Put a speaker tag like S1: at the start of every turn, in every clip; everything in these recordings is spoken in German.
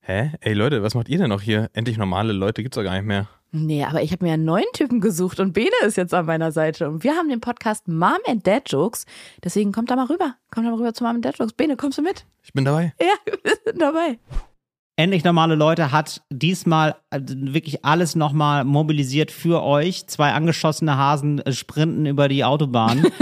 S1: Hä? Ey Leute, was macht ihr denn noch hier? Endlich normale Leute gibt's doch gar nicht mehr.
S2: Nee, aber ich habe mir einen neuen Typen gesucht und Bene ist jetzt an meiner Seite. Und wir haben den Podcast Mom and Dad Jokes. Deswegen kommt da mal rüber. Kommt da mal rüber zu Mom and Dad Jokes. Bene, kommst du mit?
S1: Ich bin dabei.
S2: Ja, wir sind dabei.
S3: Endlich normale Leute hat diesmal äh, wirklich alles nochmal mobilisiert für euch. Zwei angeschossene Hasen äh, sprinten über die Autobahn.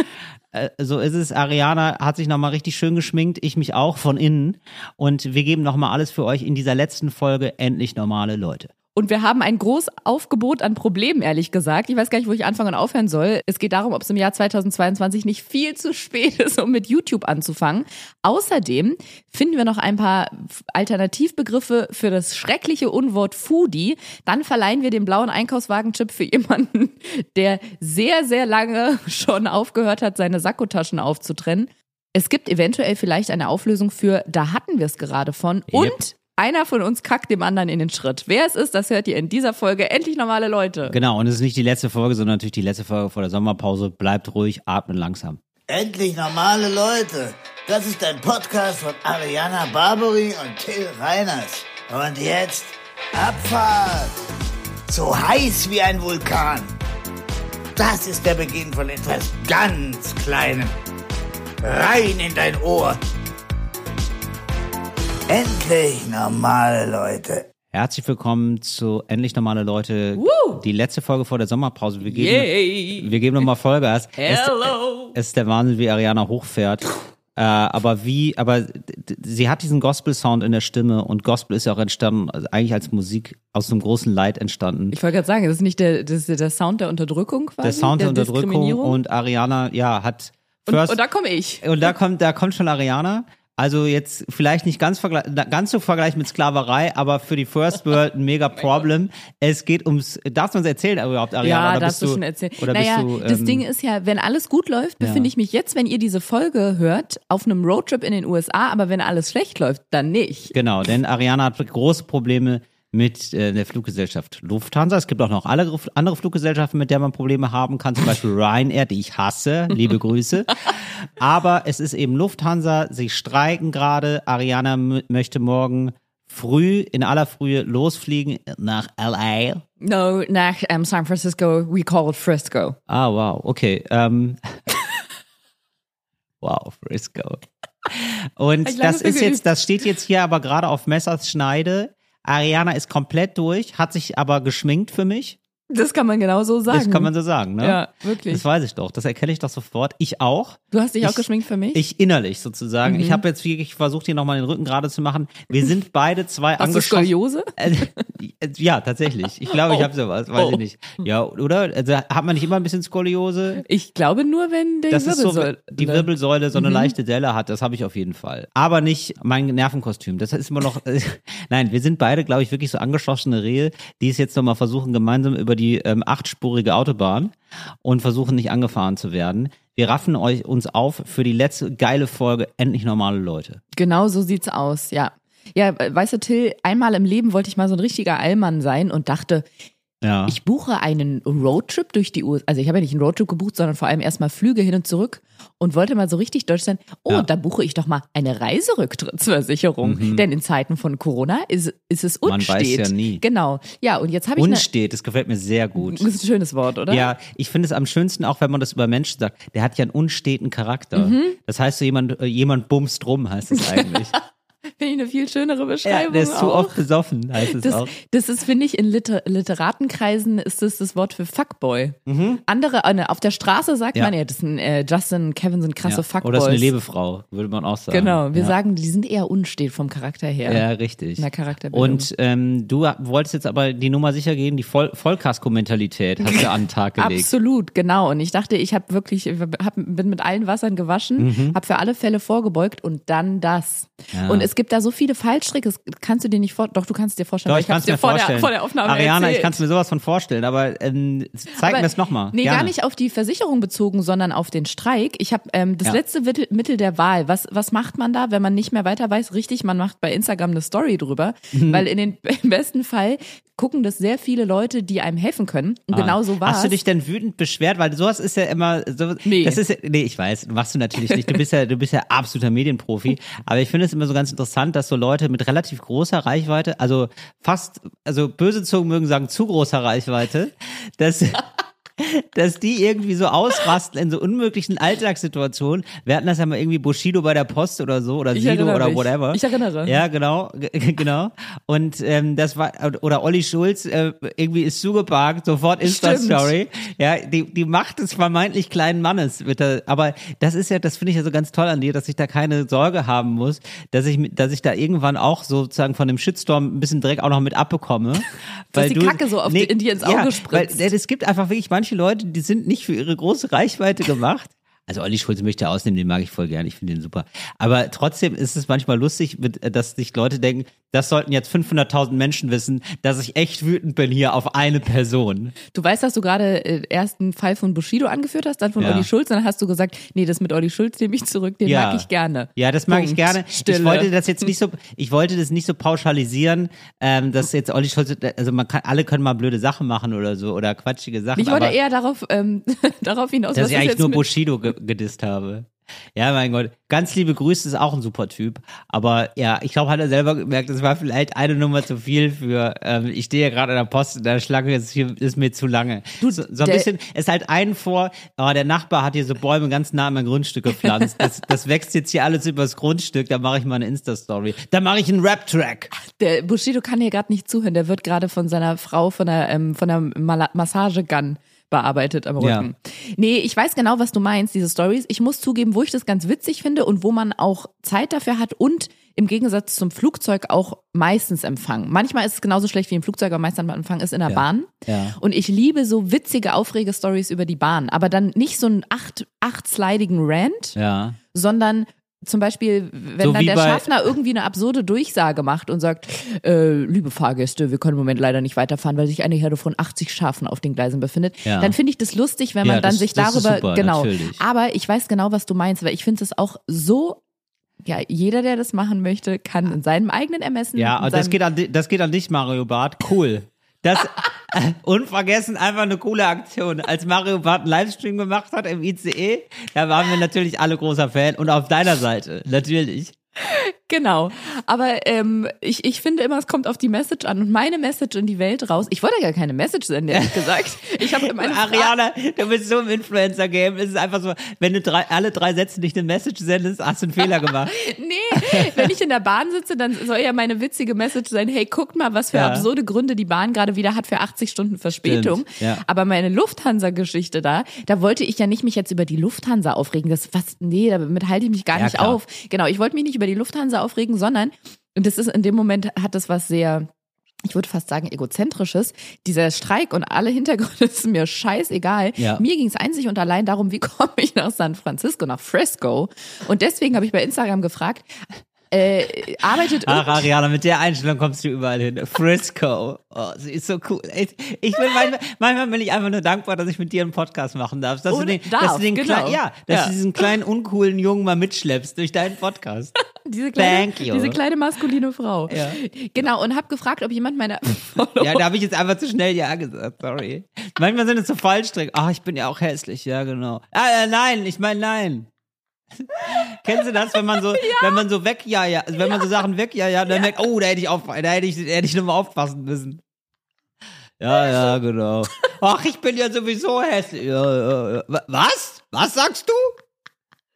S3: Äh, So ist es. Ariana hat sich nochmal richtig schön geschminkt. Ich mich auch von innen. Und wir geben nochmal alles für euch in dieser letzten Folge. Endlich normale Leute.
S2: Und wir haben ein großes Aufgebot an Problemen, ehrlich gesagt. Ich weiß gar nicht, wo ich anfangen und aufhören soll. Es geht darum, ob es im Jahr 2022 nicht viel zu spät ist, um mit YouTube anzufangen. Außerdem finden wir noch ein paar Alternativbegriffe für das schreckliche Unwort Foodie. Dann verleihen wir den blauen Einkaufswagenchip für jemanden, der sehr, sehr lange schon aufgehört hat, seine Sakkotaschen aufzutrennen. Es gibt eventuell vielleicht eine Auflösung für, da hatten wir es gerade von. Und einer von uns kackt dem anderen in den Schritt. Wer es ist, das hört ihr in dieser Folge. Endlich normale Leute.
S3: Genau. Und es ist nicht die letzte Folge, sondern natürlich die letzte Folge vor der Sommerpause. Bleibt ruhig, atmet langsam.
S4: Endlich normale Leute. Das ist ein Podcast von Ariana Barbary und Till Reiners. Und jetzt Abfahrt. So heiß wie ein Vulkan. Das ist der Beginn von etwas ganz Kleinem. Rein in dein Ohr. Endlich normale Leute.
S3: Herzlich willkommen zu Endlich normale Leute.
S2: Woo!
S3: Die letzte Folge vor der Sommerpause. Wir
S2: Yay!
S3: geben, wir geben nochmal Vollgas.
S2: Hello!
S3: Es, es ist der Wahnsinn, wie Ariana hochfährt. Äh, aber wie, aber d- d- sie hat diesen Gospel-Sound in der Stimme und Gospel ist ja auch entstanden, also eigentlich als Musik aus einem großen Leid entstanden.
S2: Ich wollte gerade sagen, das ist nicht der, das ist der Sound der Unterdrückung quasi.
S3: der Sound der Unterdrückung
S2: Diskriminierung.
S3: und Ariana, ja, hat
S2: und,
S3: First
S2: und da komme ich.
S3: Und da kommt, da kommt schon Ariana. Also jetzt vielleicht nicht ganz, vergle na, ganz so vergleich mit Sklaverei, aber für die First World ein
S2: Oh
S3: mega Problem. Es geht ums, darfst du uns erzählen überhaupt, Ariana?
S2: Ja,
S3: oder
S2: darfst
S3: bist
S2: du schon erzählen.
S3: Oder
S2: naja,
S3: bist du, ähm,
S2: das Ding ist ja, wenn alles gut läuft, befinde ich mich jetzt, wenn ihr diese Folge hört, auf einem Roadtrip in den USA, aber wenn alles schlecht läuft, dann nicht.
S3: Genau, denn Ariana hat große Probleme mit äh, der Fluggesellschaft Lufthansa. Es gibt auch noch alle Ruf- andere Fluggesellschaften, mit der man Probleme haben kann, zum Beispiel Ryanair, die ich hasse, liebe Grüße. Aber es ist eben Lufthansa, sie streiken gerade. Ariana m- möchte morgen früh, in aller Frühe losfliegen nach L.A.
S2: No, nach ähm, San Francisco, we call it Frisco.
S3: Ah, wow, okay. Ähm, wow, Frisco.
S2: Ich
S3: Und
S2: lange
S3: das
S2: für
S3: ist
S2: geübt.
S3: jetzt, das steht jetzt hier aber gerade auf Messers Schneide. Ariana ist komplett durch, hat sich aber geschminkt für mich.
S2: Das kann man genau so sagen.
S3: Das kann man so sagen, ne?
S2: Ja, wirklich.
S3: Das weiß ich doch. Das erkenne ich doch sofort. Ich auch.
S2: du hast dich auch
S3: Ich-
S2: geschminkt für mich? Mhm.
S3: Ich innerlich sozusagen. Ich habe jetzt wirklich versucht, hier nochmal den Rücken gerade zu machen. Wir sind beide zwei
S2: hast du
S3: angeschossen.
S2: Skoliose?
S3: Äh, ja, tatsächlich. Ich glaube, ich habe sowas. Weiß
S2: Oh.
S3: ich nicht. Ja, oder? Also, hat man nicht immer ein bisschen Skoliose?
S2: Ich glaube nur, wenn der
S3: Das ist so,
S2: Wirbelsäule-
S3: die Wirbelsäule Mhm. so eine leichte Delle hat, das habe ich auf jeden Fall. Aber nicht mein Nervenkostüm. Das ist immer noch. Äh, nein, wir sind beide, glaube ich, wirklich so angeschossene Rehe, die es jetzt nochmal versuchen, gemeinsam über die ähm, achtspurige Autobahn und versuchen nicht angefahren zu werden. Wir raffen euch uns auf für die letzte geile Folge Endlich normale Leute.
S2: Genau so sieht's aus, ja. Ja, äh, weißt du, Till, einmal im Leben wollte ich mal so ein richtiger Allmann sein und dachte,
S3: Ja.
S2: ich buche einen Roadtrip durch die USA. Also ich habe ja nicht einen Roadtrip gebucht, sondern vor allem erstmal Flüge hin und zurück und wollte mal so richtig deutsch sein. Oh,
S3: Ja. Mhm.
S2: da buche ich doch mal eine Reiserücktrittsversicherung. Denn in Zeiten von Corona ist, ist es
S3: Man
S2: unstet.
S3: weiß ja nie.
S2: Genau. Ja, und jetzt habe ich eine,
S3: Unstet, das gefällt mir sehr gut.
S2: das ist ein schönes Wort, oder?
S3: ne- Ja, ich finde es am schönsten auch, wenn man das über Menschen sagt. Der hat ja einen unsteten Charakter. Das heißt so jemand, äh, jemand bumst rum, heißt es eigentlich.
S2: Finde ich eine viel schönere
S3: Ja,
S2: Beschreibung.
S3: der ist zu
S2: auch.
S3: oft besoffen, heißt es
S2: Das,
S3: auch.
S2: das ist, finde ich, in Liter Literatenkreisen ist das das Wort für Fuckboy. Andere, äh, ne, auf der Straße sagt
S3: Mhm. Ja.
S2: man, ja, das sind äh, Justin, Kevin sind krasse Fuckboys.
S3: Oder ist eine Lebefrau, würde man auch sagen.
S2: Genau, wir
S3: ja.
S2: sagen, die sind eher unstet vom Charakter her.
S3: Ja, richtig.
S2: Na, Charakterbildung.
S3: Und ähm, du wolltest jetzt aber die Nummer sicher gehen, die Voll Vollkasko-Mentalität hast du an den Tag gelegt.
S2: Absolut, genau. Und ich dachte, ich habe wirklich, ich hab, bin mit allen Wassern gewaschen,
S3: Mhm.
S2: habe für alle Fälle vorgebeugt und dann das. Und es gibt da so viele Fallstricke, das kannst du dir nicht vor, doch du kannst dir vorstellen.
S3: Doch,
S2: weil
S3: ich kann
S2: hab's
S3: es mir
S2: dir vor
S3: vorstellen.
S2: Der, vor der Aufnahme
S3: Ariana,
S2: erzählt.
S3: ich kann es mir sowas von vorstellen, aber ähm, zeig
S2: Aber-
S3: mir es nochmal.
S2: Nee,
S3: Gerne.
S2: gar nicht auf die Versicherung bezogen, sondern auf den Streik. Ich habe ähm, das
S3: Ja.
S2: letzte Mittel, Mittel der Wahl. Was, was macht man da, wenn man nicht mehr weiter weiß? Richtig, man macht bei Instagram eine Story drüber,
S3: Mhm.
S2: weil in den im besten Fall gucken das sehr viele Leute, die einem helfen können. Und genau so war
S3: Ah. Hast du dich denn wütend beschwert? Weil sowas ist ja immer so.
S2: Nee.
S3: Das ist ja, nee, ich weiß, machst du natürlich nicht. Du bist ja, du bist ja absoluter Medienprofi. aber ich finde es immer so ganz interessant, dass so Leute mit relativ großer Reichweite, also fast, also böse Zungen mögen sagen zu großer Reichweite, dass, dass die irgendwie so ausrasten in so unmöglichen Alltagssituationen. Wir hatten das ja mal irgendwie Bushido bei der Post oder so oder
S2: Ich
S3: Sido
S2: erinnere
S3: oder
S2: mich.
S3: whatever.
S2: Ich erinnere.
S3: Ja, genau, g- genau. Und ähm, das war oder Olli Schulz äh, irgendwie ist zugeparkt, sofort Insta Story. Ja, die die Macht des vermeintlich kleinen Mannes wird da, aber das ist ja, das finde ich ja so ganz toll an dir, dass ich da keine Sorge haben muss, dass ich mit- dass ich da irgendwann auch sozusagen von dem Shitstorm ein bisschen Dreck auch noch mit abbekomme,
S2: Dass die Kacke so auf die- in dir ins Auge
S3: ja,
S2: spritzt.
S3: Weil, es gibt einfach wirklich manche Leute, die sind nicht für ihre große Reichweite gemacht. Also Olli Schulz möchte ausnehmen, den mag ich voll gern, ich finde den super. Aber trotzdem ist es manchmal lustig, mit- äh, dass sich Leute denken, das sollten jetzt 500.000 Menschen wissen, dass ich echt wütend bin hier auf eine Person.
S2: Du weißt, dass du gerade äh, erst einen Fall von Bushido angeführt hast, dann von
S3: Ja.
S2: Olli Schulz, dann hast du gesagt, nee, das mit Olli Schulz nehme ich zurück, den
S3: Ja.
S2: mag ich gerne.
S3: Ja, das mag ich
S2: Punkt.
S3: gerne.
S2: Stille.
S3: Ich wollte das jetzt nicht so, ich wollte das nicht so pauschalisieren, ähm, dass jetzt Olli Schulz, also man kann, alle können mal blöde Sachen machen oder so oder quatschige Sachen.
S2: ich wollte
S3: aber-
S2: eher darauf, ähm, darauf hinaus,
S3: dass
S2: was
S3: ich
S2: ist
S3: eigentlich
S2: jetzt
S3: nur
S2: mit
S3: Bushido ge gedisst habe. Ja, mein Gott. Ganz liebe Grüße, ist auch ein super Typ. Aber ja, ich glaube, hat er selber gemerkt, das war vielleicht eine Nummer zu viel für, ähm, ich stehe ja gerade an der Post in der Schlange, ist, hier, ist mir zu lange. so, so ein
S2: der-
S3: bisschen, es ist halt einen vor, oh, der Nachbar hat hier so Bäume ganz nah an mein Grundstück gepflanzt. Das, das wächst jetzt hier alles übers Grundstück, da mache ich mal eine Insta-Story. Da mache ich einen Rap-Track.
S2: Der Bushido kann hier gerade nicht zuhören. Der wird gerade von seiner Frau von der ähm, von der Mala- Massagegun bearbeitet am
S3: Ja.
S2: Rücken. Nee, ich weiß genau, was du meinst, diese Stories. Ich muss zugeben, wo ich das ganz witzig finde und wo man auch Zeit dafür hat und im Gegensatz zum Flugzeug auch meistens Empfang. Manchmal ist es genauso schlecht wie im Flugzeug, aber meistens Empfang ist in der Bahn.
S3: Ja.
S2: Und ich liebe so witzige, aufregende Stories über die Bahn, aber dann nicht so einen acht, achtslaidigen Rant,
S3: Ja.
S2: sondern zum Beispiel, wenn
S3: So
S2: dann
S3: wie
S2: der
S3: bei-
S2: Schaffner irgendwie eine absurde Durchsage macht und sagt, äh, liebe Fahrgäste, wir können im Moment leider nicht weiterfahren, weil sich eine Herde von 80 Schafen auf den Gleisen befindet,
S3: Ja.
S2: dann finde ich das lustig, wenn man
S3: Ja,
S2: dann
S3: das-
S2: sich
S3: das ist
S2: darüber
S3: super,
S2: genau.
S3: natürlich.
S2: Aber ich weiß genau, was du meinst, weil ich finde es auch so. Ja, jeder, der das machen möchte, kann in seinem eigenen Ermessen.
S3: Ja,
S2: in
S3: und das
S2: seinem-
S3: geht, an, di- das geht an dich, Mario Barth. Cool. Das unvergessen einfach eine coole Aktion. Als Mario Barth einen Livestream gemacht hat im ICE, da waren wir natürlich alle großer Fan und auf deiner Seite, natürlich.
S2: Genau. Aber ähm, ich, ich finde immer, es kommt auf die Message an. Und meine Message in die Welt raus. Ich wollte ja keine Message senden, ehrlich gesagt. Ich habe meine Frage-
S3: Ariana, du bist so im Influencer-Game. Es ist einfach so, wenn du drei, alle drei Sätze nicht eine Message sendest, hast du einen Fehler gemacht.
S2: Nee, wenn ich in der Bahn sitze, dann soll ja meine witzige Message sein, hey, guckt mal, was für
S3: Ja.
S2: absurde Gründe die Bahn gerade wieder hat für 80 Stunden Verspätung.
S3: Stimmt, ja.
S2: Aber meine Lufthansa-Geschichte da, da wollte ich ja nicht mich jetzt über die Lufthansa aufregen. Das was, nee, damit halte ich mich gar
S3: Ja,
S2: nicht
S3: klar.
S2: auf. Genau, ich wollte mich nicht über die Lufthansa aufregen, sondern, und das ist in dem Moment hat das was sehr ich würde fast sagen, egozentrisches. Dieser Streik und alle Hintergründe ist mir scheißegal.
S3: Ja.
S2: Mir ging es einzig und allein darum, wie komme ich nach San Francisco, nach Fresco. Und deswegen habe ich bei Instagram gefragt, äh, arbeitet
S3: Ach,
S2: irgend-
S3: Ariana, mit der Einstellung kommst du überall hin. Frisco. Oh, sie ist so cool. Ich, ich bin manchmal, manchmal bin ich einfach nur dankbar, dass ich mit dir einen Podcast machen darf. Dass
S2: Ohne-
S3: du den,
S2: darf,
S3: dass du den
S2: genau.
S3: kleinen, ja, dass
S2: Ja.
S3: du diesen kleinen, uncoolen Jungen mal mitschleppst durch deinen Podcast.
S2: diese, kleine,
S3: Thank you.
S2: diese kleine maskuline Frau.
S3: Ja.
S2: Genau, und habe gefragt, ob jemand meine Follower...
S3: ja, da habe ich jetzt einfach zu schnell Ja gesagt, sorry. Manchmal sind es so Fallstricke. Ach, ich bin ja auch hässlich, ja, genau. Ah, äh, nein, ich meine nein. Kennst du das, wenn man so, wenn man so weg, ja, ja, also wenn man so Sachen weg, ja, ja, und dann merkt, oh, da hätte ich auf, da hätte ich, da hätte ich nochmal aufpassen müssen. Ja, ja, genau. Ach, ich bin ja sowieso hässlich. Ja, ja, ja. Wa- Was? Was sagst du?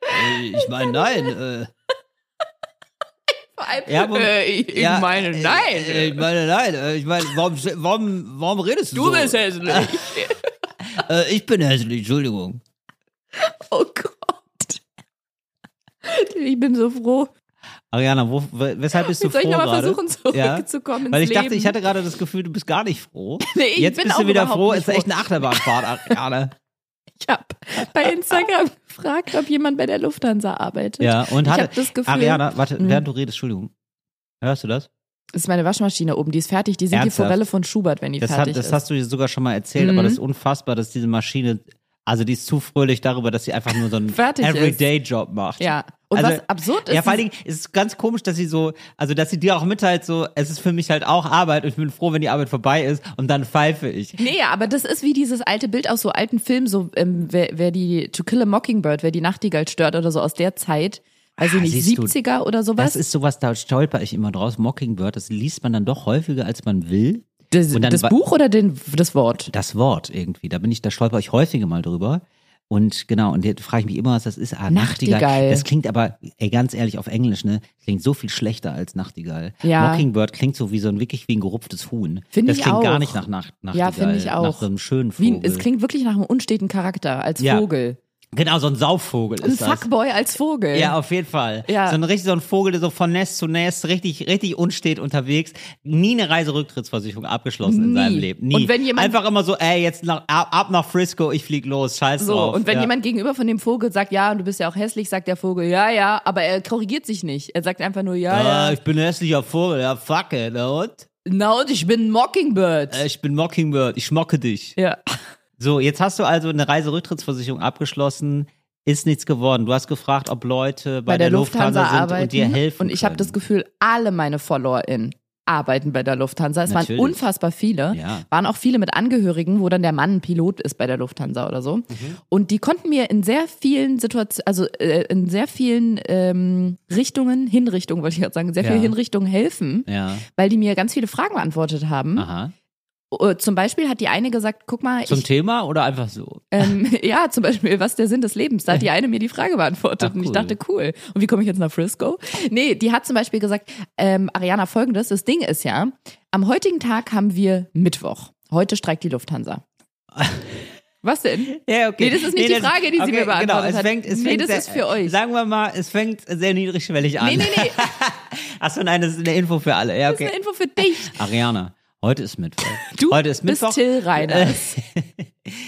S3: Äh, Ich meine, nein. Äh,
S2: Vor allem,
S3: Ja, Moment.
S2: äh, ich, ich
S3: ja,
S2: meine,
S3: äh,
S2: nein.
S3: äh, Ich meine, nein. äh, Ich meine, warum, warum, warum redest du,
S2: du
S3: so?
S2: bist hässlich.
S3: Äh, ich bin hässlich, Entschuldigung.
S2: oh Gott. Ich bin so froh.
S3: Ariana, wo, w- weshalb bist du
S2: Jetzt soll ich
S3: froh
S2: nochmal
S3: gerade?
S2: versuchen, zurückzukommen ins
S3: Weil ich dachte,
S2: Leben.
S3: ich hatte gerade das Gefühl, du bist gar nicht froh.
S2: Nee, ich
S3: Jetzt
S2: bin
S3: bist du
S2: auch
S3: wieder
S2: überhaupt
S3: froh.
S2: nicht
S3: Es ist echt
S2: froh.
S3: eine Achterbahnfahrt, Ariana.
S2: Ich habe bei Instagram gefragt, ob jemand bei der Lufthansa arbeitet.
S3: ja, und
S2: ich
S3: hatte,
S2: habe das Gefühl,
S3: Ariana, warte,
S2: Mhm.
S3: während du redest, Entschuldigung. Hörst du das?
S2: das ist meine Waschmaschine oben, die ist fertig. Die sind
S3: Ernsthaft?
S2: die Forelle von Schubert, wenn die
S3: Das,
S2: fertig
S3: hat, das
S2: ist.
S3: hast du dir sogar schon mal erzählt,
S2: Mhm.
S3: aber das ist unfassbar, dass diese Maschine, also die ist zu fröhlich darüber, dass sie einfach nur so einen
S2: Fertig ist.
S3: Everyday-Job macht.
S2: ja. Und
S3: Also-
S2: was absurd ist,
S3: Ja, vor allen Dingen ist es ganz komisch, dass sie so, also dass sie dir auch mitteilt, so, es ist für mich halt auch Arbeit und ich bin froh, wenn die Arbeit vorbei ist und dann pfeife ich.
S2: Nee, aber das ist wie dieses alte Bild aus so alten Filmen, so ähm, wer, wer die To Kill a Mockingbird, wer die Nachtigall stört oder so aus der Zeit, weiß ich
S3: Ah,
S2: nicht,
S3: siehst du,
S2: 70er oder sowas.
S3: Das ist sowas, da stolper ich immer draus. Mockingbird, das liest man dann doch häufiger, als man will.
S2: das
S3: und dann
S2: das
S3: wa-
S2: Buch oder den, das Wort?
S3: Das Wort irgendwie. Da bin ich, da stolper ich häufiger mal drüber. Und genau, und jetzt frage ich mich immer, was das ist. Ah, Nachtigall.
S2: Nachtigall.
S3: Das klingt aber, ey, ganz ehrlich, auf Englisch, ne? Klingt so viel schlechter als Nachtigall.
S2: Ja.
S3: Mockingbird klingt so wie so ein wirklich wie ein gerupftes Huhn.
S2: Find
S3: das
S2: ich
S3: klingt
S2: auch.
S3: gar nicht nach Nacht, Nachtigall.
S2: Ja, finde ich auch.
S3: Nach so einem schönen
S2: Wie,
S3: Vogel.
S2: ein- es klingt wirklich nach einem unsteten Charakter als
S3: Ja.
S2: Vogel.
S3: genau, so ein Saufvogel
S2: Ein
S3: ist das.
S2: Fuckboy als Vogel.
S3: Ja, auf jeden Fall.
S2: Ja.
S3: So ein richtig so ein Vogel, der so von Nest zu Nest richtig, richtig unstet unterwegs. Nie eine Reiserücktrittsversicherung abgeschlossen in
S2: Nie.
S3: seinem Leben. Nie.
S2: Und wenn jemand-
S3: Einfach immer so, ey, jetzt nach, ab, ab nach Frisco, ich flieg los, scheiß
S2: So,
S3: drauf.
S2: und wenn
S3: ja.
S2: jemand gegenüber von dem Vogel sagt, ja, und du bist ja auch hässlich, sagt der Vogel, ja, ja, aber er korrigiert sich nicht. Er sagt einfach nur, ja,
S3: Ah,
S2: ja.
S3: ich bin ein hässlicher Vogel, ja, fuck it, na und?
S2: Na, und ich bin ein Mockingbird.
S3: Äh, Ich bin Mockingbird, ich mocke dich.
S2: ja.
S3: So, jetzt hast du also eine Reiserücktrittsversicherung abgeschlossen, ist nichts geworden. Du hast gefragt, ob Leute bei,
S2: bei der, Lufthansa,
S3: sind
S2: arbeiten.
S3: und dir helfen
S2: Und ich habe das
S3: können.
S2: Gefühl, alle meine FollowerInnen arbeiten bei der Lufthansa. Es
S3: Natürlich.
S2: waren unfassbar viele.
S3: Ja.
S2: Waren auch viele mit Angehörigen, wo dann der Mann Pilot ist bei der Lufthansa oder
S3: Mhm.
S2: so. Und die konnten mir in sehr vielen Situationen, also äh, in sehr vielen ähm, Richtungen, Hinrichtungen wollte ich gerade sagen, sehr
S3: Ja.
S2: viele Hinrichtungen helfen,
S3: Ja,
S2: weil die mir ganz viele Fragen beantwortet haben.
S3: aha.
S2: Äh, Zum Beispiel hat die eine gesagt, guck mal,
S3: Zum
S2: ich,
S3: Thema oder einfach so?
S2: ähm, ja, zum Beispiel, was der Sinn des Lebens? Da hat die eine mir die Frage beantwortet
S3: Ach,
S2: und ich
S3: cool.
S2: dachte, cool. Und wie komme ich jetzt nach Frisco? Nee, die hat zum Beispiel gesagt, ähm, Ariana, folgendes, das Ding ist ja, am heutigen Tag haben wir Mittwoch. Heute streikt die Lufthansa. Was denn?
S3: Ja, okay.
S2: Nee, das ist nicht die Frage, die sie mir beantwortet
S3: genau, es
S2: hat.
S3: Fängt, es
S2: Nee,
S3: fängt
S2: das
S3: sehr,
S2: ist für euch.
S3: Sagen wir mal, es fängt sehr niedrigschwellig an.
S2: Nee, nee, nee,
S3: Achso, nein, das ist eine Info für alle. Ja,
S2: das ist
S3: okay.
S2: eine Info für dich.
S3: Ariana, heute ist Mittwoch.
S2: Du
S3: heute ist
S2: bist
S3: Mittwoch.
S2: Till Reiners.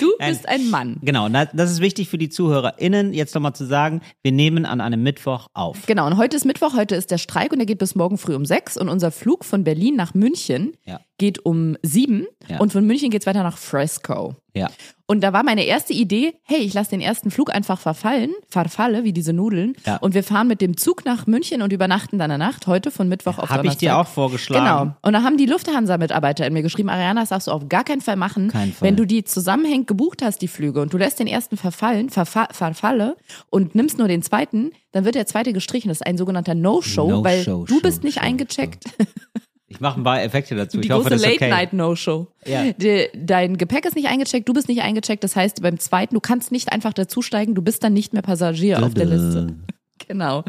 S2: Du
S3: Nein.
S2: bist ein Mann.
S3: Genau, na, das ist wichtig für die ZuhörerInnen, jetzt nochmal zu sagen, wir nehmen an einem Mittwoch auf.
S2: Genau, und heute ist Mittwoch, heute ist der Streik und der geht bis morgen früh um sechs und unser Flug von Berlin nach München
S3: Ja.
S2: geht um sieben
S3: Ja.
S2: und von München geht's weiter nach Fresco.
S3: Ja.
S2: Und da war meine erste Idee, hey, ich lasse den ersten Flug einfach verfallen, verfalle, wie diese Nudeln.
S3: Ja.
S2: Und wir fahren mit dem Zug nach München und übernachten dann eine Nacht, heute von Mittwoch auf
S3: Habe ich
S2: Donnerstag.
S3: dir auch
S2: Genau.
S3: vorgeschlagen.
S2: Und da haben die Lufthansa-Mitarbeiter in mir geschrieben, Ariana, das darfst du auf gar keinen Fall machen.
S3: Keinen Fall.
S2: Wenn du die zusammenhängend gebucht hast, die Flüge, und du lässt den ersten verfallen, verfa verfalle und nimmst nur den zweiten, dann wird der zweite gestrichen. Das ist ein sogenannter No-Show,
S3: No-Show,
S2: weil du
S3: Show,
S2: bist nicht
S3: Show,
S2: eingecheckt.
S3: Ich mache ein paar Effekte dazu.
S2: Die
S3: ich hoffe,
S2: große
S3: das ist okay.
S2: Late-Night-No-Show.
S3: Ja.
S2: De- Dein Gepäck ist nicht eingecheckt, du bist nicht eingecheckt. Das heißt, beim zweiten, du kannst nicht einfach dazusteigen, du bist dann nicht mehr Passagier auf der
S3: Tada.
S2: Liste. Genau.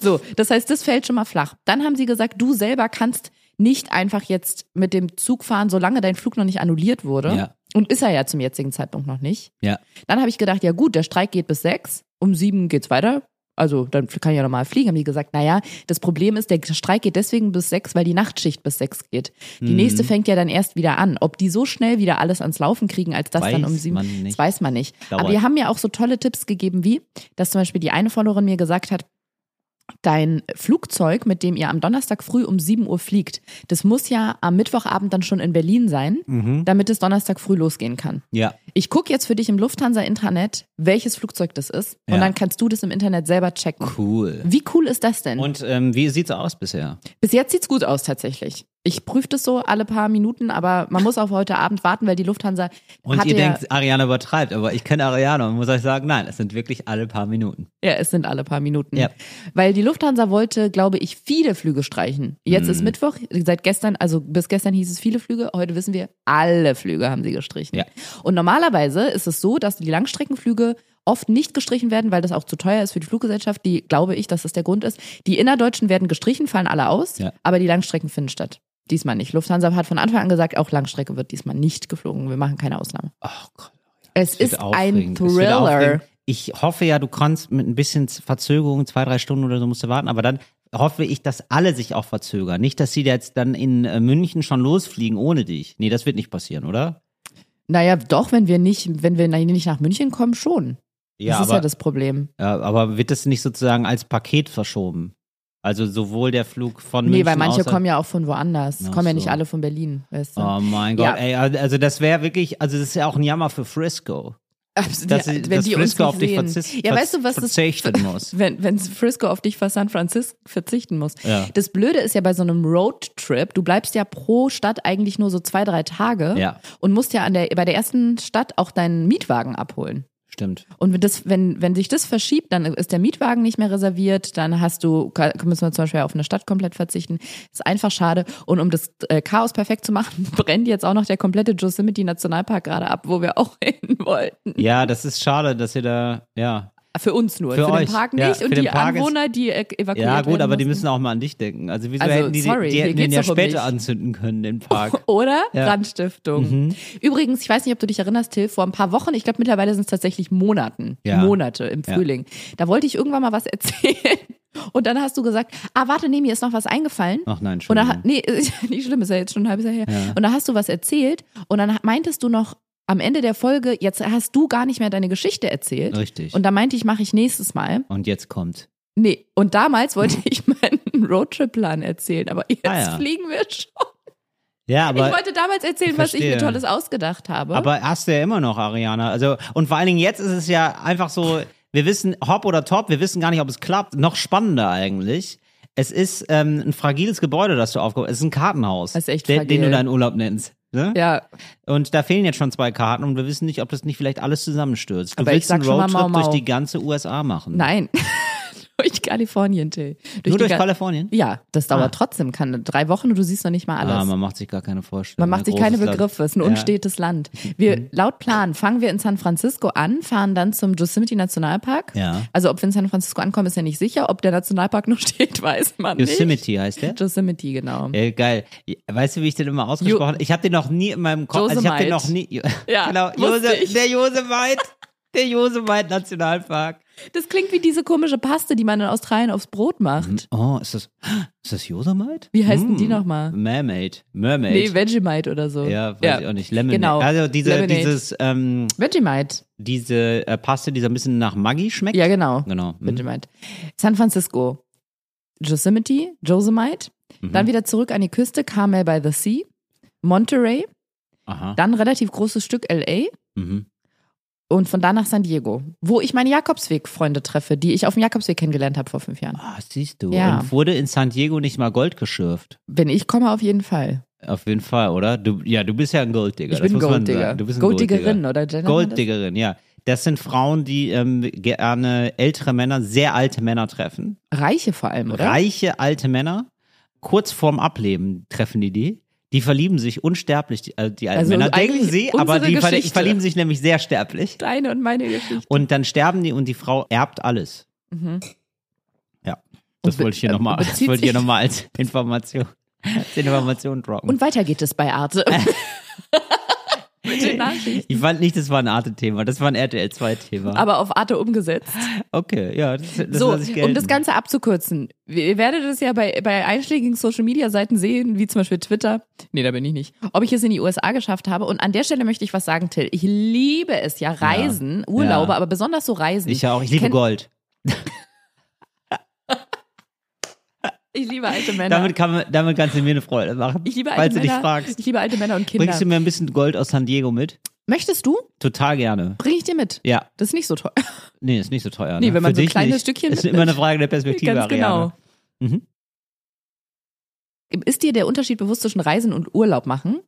S2: So, das heißt, das fällt schon mal flach. Dann haben sie gesagt, du selber kannst nicht einfach jetzt mit dem Zug fahren, solange dein Flug noch nicht annulliert wurde.
S3: Ja.
S2: Und ist er ja zum jetzigen Zeitpunkt noch nicht.
S3: Ja.
S2: Dann habe ich gedacht, ja gut, der Streik geht bis sechs, um sieben geht's weiter. Also dann kann ich ja normal fliegen. Haben die gesagt, naja, das Problem ist, der Streik geht deswegen bis sechs, weil die Nachtschicht bis sechs geht. Die
S3: Mhm.
S2: nächste fängt ja dann erst wieder an. Ob die so schnell wieder alles ans Laufen kriegen, als das
S3: Weiß
S2: dann um sieben,
S3: man nicht.
S2: das weiß man nicht.
S3: Dauert.
S2: Aber die haben mir auch so tolle Tipps gegeben, wie, dass zum Beispiel die eine Followerin mir gesagt hat, dein Flugzeug, mit dem ihr am Donnerstag früh um 7 Uhr fliegt, das muss ja am Mittwochabend dann schon in Berlin sein, damit es Donnerstag früh losgehen kann.
S3: Ja.
S2: Ich gucke jetzt für dich im Lufthansa-Intranet, welches Flugzeug das ist. Und
S3: Ja.
S2: dann kannst du das im Internet selber checken.
S3: Cool.
S2: Wie cool ist das denn?
S3: Und ähm, wie sieht's aus bisher?
S2: Bis jetzt sieht's gut aus tatsächlich. Ich prüfe das so alle paar Minuten, aber man muss auf heute Abend warten, weil die Lufthansa
S3: Und
S2: hat
S3: ihr
S2: ja,
S3: denkt, Ariana übertreibt, aber ich kenne Ariana und muss euch sagen, nein, es sind wirklich alle paar Minuten.
S2: Ja, es sind alle paar Minuten.
S3: Ja.
S2: Weil die Lufthansa wollte, glaube ich, viele Flüge streichen. Jetzt
S3: Hm.
S2: ist Mittwoch, seit gestern, also bis gestern hieß es viele Flüge, heute wissen wir, alle Flüge haben sie gestrichen.
S3: Ja.
S2: Und normalerweise ist es so, dass die Langstreckenflüge oft nicht gestrichen werden, weil das auch zu teuer ist für die Fluggesellschaft, die, glaube ich, dass das der Grund ist. Die innerdeutschen werden gestrichen, fallen alle aus,
S3: Ja.
S2: aber die Langstrecken finden statt. Diesmal nicht. Lufthansa hat von Anfang an gesagt, auch Langstrecke wird diesmal nicht geflogen. Wir machen keine Ausnahme.
S3: Ach Oh Gott.
S2: Es
S3: Es
S2: ist
S3: wird
S2: ein
S3: aufregend. Es wird
S2: Thriller.
S3: aufregend. Ich hoffe ja, du kannst mit ein bisschen Verzögerung, zwei, drei Stunden oder so musst du warten, aber dann hoffe ich, dass alle sich auch verzögern. Nicht, dass sie jetzt dann in äh, München schon losfliegen ohne dich. Nee, das wird nicht passieren, oder?
S2: Naja, doch, wenn wir nicht, wenn wir nicht nach München kommen, schon. das ist
S3: aber,
S2: ja das Problem.
S3: ja, aber wird das nicht sozusagen als Paket verschoben? Also sowohl der Flug von München
S2: nee, weil manche
S3: aus,
S2: kommen ja auch von woanders.
S3: Ach
S2: kommen ja
S3: so.
S2: nicht alle von Berlin, weißt du?
S3: Oh mein
S2: Ja.
S3: Gott, ey, also das wäre wirklich, also das ist ja auch ein Jammer für Frisco.
S2: Absolut.
S3: dass,
S2: Ja,
S3: sie, dass Frisco auf dich
S2: sehen.
S3: verzicht,
S2: Ja, weißt du, was das,
S3: verzichten muss.
S2: wenn, wenn Frisco auf dich für San Francisco verzichten muss.
S3: Ja.
S2: Das Blöde ist ja bei so einem Roadtrip, du bleibst ja pro Stadt eigentlich nur so zwei, drei Tage
S3: Ja.
S2: und musst ja an der, bei der ersten Stadt auch deinen Mietwagen abholen.
S3: Stimmt.
S2: Und wenn, das, wenn, wenn sich das verschiebt, dann ist der Mietwagen nicht mehr reserviert, dann hast du, ka- müssen wir zum Beispiel auf eine Stadt komplett verzichten. Ist einfach schade. Und um das äh, Chaos perfekt zu machen, brennt jetzt auch noch der komplette Yosemite Nationalpark gerade ab, wo wir auch hin wollten.
S3: Ja, das ist schade, dass ihr da, ja.
S2: Für uns nur,
S3: Für
S2: für,
S3: euch.
S2: den Park nicht
S3: Ja, für
S2: und
S3: den
S2: die
S3: Park ist-
S2: Anwohner, die äh, evakuiert
S3: Ja, gut,
S2: werden
S3: aber die
S2: mussten.
S3: müssen auch mal an dich denken. Also, wieso
S2: Also,
S3: hätten die,
S2: sorry,
S3: die
S2: hier
S3: hätten den
S2: geht's
S3: ja
S2: doch um
S3: später
S2: mich.
S3: anzünden können, den Park.
S2: Oder
S3: Ja. Mhm.
S2: Brandstiftung. Übrigens, ich weiß nicht, ob du dich erinnerst, Till, vor ein paar Wochen, ich glaube mittlerweile sind es tatsächlich Monaten,
S3: Ja.
S2: Monate im
S3: Ja.
S2: Frühling. Da wollte ich irgendwann mal was erzählen. Und dann hast du gesagt, ah, warte, nee, mir ist noch was eingefallen.
S3: Ach nein,
S2: Und
S3: Oh, Entschuldigung.
S2: da, nee, ist ja nicht schlimm, ist ja jetzt schon ein halbes Jahr her.
S3: Ja.
S2: Und da hast du was erzählt und dann meintest du noch am Ende der Folge, jetzt hast du gar nicht mehr deine Geschichte erzählt.
S3: Richtig.
S2: Und
S3: Und,
S2: da meinte ich, mache ich nächstes Mal.
S3: jetzt kommt.
S2: Nee, und damals wollte ich meinen Roadtrip-Plan erzählen, aber jetzt
S3: Ah, ja.
S2: fliegen wir schon.
S3: Ja,
S2: ich
S3: aber,
S2: wollte damals erzählen,
S3: Ich
S2: was ich mir
S3: verstehe.
S2: Tolles ausgedacht habe.
S3: aber hast du ja immer noch, Ariana. Also, und vor allen Dingen jetzt ist es ja einfach so, wir wissen, hopp oder top, wir wissen gar nicht, ob es klappt. Noch spannender eigentlich. Es ist ähm, ein fragiles Gebäude, das du aufgebaut hast. Es ist ein Kartenhaus,
S2: Das ist echt
S3: den, den du
S2: fragil.
S3: deinen Urlaub nennst. Ne?
S2: ja,
S3: Und da fehlen jetzt schon zwei Karten und wir wissen nicht, ob das nicht vielleicht alles zusammenstürzt. Du
S2: Aber ich
S3: willst
S2: sag
S3: einen
S2: schon mal
S3: Roadtrip
S2: Mau Mau.
S3: durch die ganze USA machen.
S2: nein. durch Kalifornien, Till.
S3: Nur
S2: die
S3: durch
S2: Ga-
S3: Kalifornien?
S2: Ja, das dauert
S3: Ah.
S2: trotzdem kann drei Wochen und du siehst noch nicht mal alles.
S3: Ah, man macht sich gar keine Vorstellung. ne?
S2: Man macht sich
S3: Großes
S2: keine
S3: Land.
S2: Begriffe, es ist ein
S3: Ja. Mhm.
S2: unstetes Land. Wir, laut Plan, fangen wir in San Francisco an, fahren dann zum Yosemite Nationalpark.
S3: Ja.
S2: Also ob wir in San Francisco ankommen, ist ja nicht sicher. Ob der Nationalpark noch steht, weiß man nicht.
S3: Yosemite heißt der?
S2: Yosemite, genau.
S3: Ja, geil. Weißt du, wie ich den immer ausgesprochen habe? Ich habe den noch nie in meinem Kopf. Also ich habe den noch nie.
S2: Josemite.
S3: Genau,
S2: Ja, wusste ich.
S3: der Josemite. Der Josemite Nationalpark.
S2: Das klingt wie diese komische Paste, die man in Australien aufs Brot macht.
S3: Oh, ist das, ist das Josemite?
S2: Wie heißen die nochmal?
S3: Mermaid. Mermaid.
S2: Nee, Vegemite oder so.
S3: ja, weiß ich auch nicht. Lemonade.
S2: Genau.
S3: Also diese,
S2: Lemonade.
S3: dieses, ähm,
S2: Vegemite.
S3: diese äh, Paste, die so ein bisschen nach Maggi schmeckt.
S2: Ja, genau.
S3: Genau. Hm.
S2: Vegemite. San Francisco. Yosemite, Josemite.
S3: Mhm.
S2: Dann wieder zurück an die Küste, Carmel by the Sea. Monterey.
S3: Aha.
S2: Dann relativ großes Stück L.A.
S3: Mhm.
S2: Und von da nach San Diego, wo ich meine Jakobsweg-Freunde treffe, die ich auf dem Jakobsweg kennengelernt habe vor fünf Jahren.
S3: Ah, siehst du.
S2: Ja.
S3: Und wurde in San Diego nicht mal Gold geschürft?
S2: Wenn ich komme, auf jeden Fall.
S3: Auf jeden Fall, oder? Du, ja, du bist ja ein Golddigger.
S2: Ich
S3: das
S2: bin
S3: muss man sagen.
S2: Golddigger.
S3: Du bist ein
S2: Golddiggerin, oder? Jen, nennt man das?
S3: Golddiggerin, ja. Das sind Frauen, die ähm, gerne ältere Männer, sehr alte Männer treffen.
S2: Reiche vor allem, oder?
S3: Reiche alte Männer. Kurz vorm Ableben treffen die die. Die verlieben sich unsterblich, die, also die alten
S2: Also
S3: Männer.
S2: eigentlich
S3: Denken sie, aber
S2: unsere
S3: die verlie-
S2: Geschichte.
S3: verlieben sich nämlich sehr sterblich.
S2: Deine und meine Geschichte.
S3: Und dann sterben die und die Frau erbt alles.
S2: Mhm.
S3: Ja, das
S2: Und be-
S3: wollte ich hier
S2: äh,
S3: nochmal
S2: bezieht
S3: wollte ich
S2: sich-
S3: hier noch mal als Information, als Information droppen.
S2: Und weiter geht es bei Arte. Mit den Nachrichten.
S3: ich fand nicht, das war ein Arte-Thema, das war ein RTL-2-Thema.
S2: Aber auf Arte umgesetzt.
S3: Okay, ja, das, das
S2: so,
S3: lasse ich
S2: um das
S3: gelten.
S2: Ganze abzukürzen. Ihr werdet es ja bei, bei einschlägigen Social-Media-Seiten sehen, wie zum Beispiel Twitter. Nee, da bin ich nicht. Ob ich es in die USA geschafft habe. Und an der Stelle möchte ich was sagen, Till. Ich liebe es ja, Reisen, Urlaube,
S3: Ja.
S2: aber besonders so Reisen.
S3: Ich auch, ich liebe
S2: Kenn-
S3: Gold.
S2: Ich liebe alte Männer.
S3: Damit, kann man, damit kannst du mir eine Freude machen,
S2: ich liebe alte
S3: falls du dich
S2: Männer.
S3: fragst.
S2: Ich liebe alte Männer und Kinder.
S3: Bringst du mir ein bisschen Gold aus San Diego mit?
S2: Möchtest du?
S3: Total gerne.
S2: Bring ich dir mit.
S3: Ja,
S2: Das ist nicht so toll.
S3: nee, ist nicht so teuer.
S2: Nee,
S3: ne?
S2: wenn man
S3: Für
S2: so ein
S3: dich
S2: kleines
S3: nicht.
S2: Stückchen
S3: Ist
S2: mit-
S3: immer eine Frage der Perspektive,
S2: Ganz genau.
S3: Ariane. Mhm.
S2: Ist dir der Unterschied bewusst zwischen Reisen und Urlaub machen?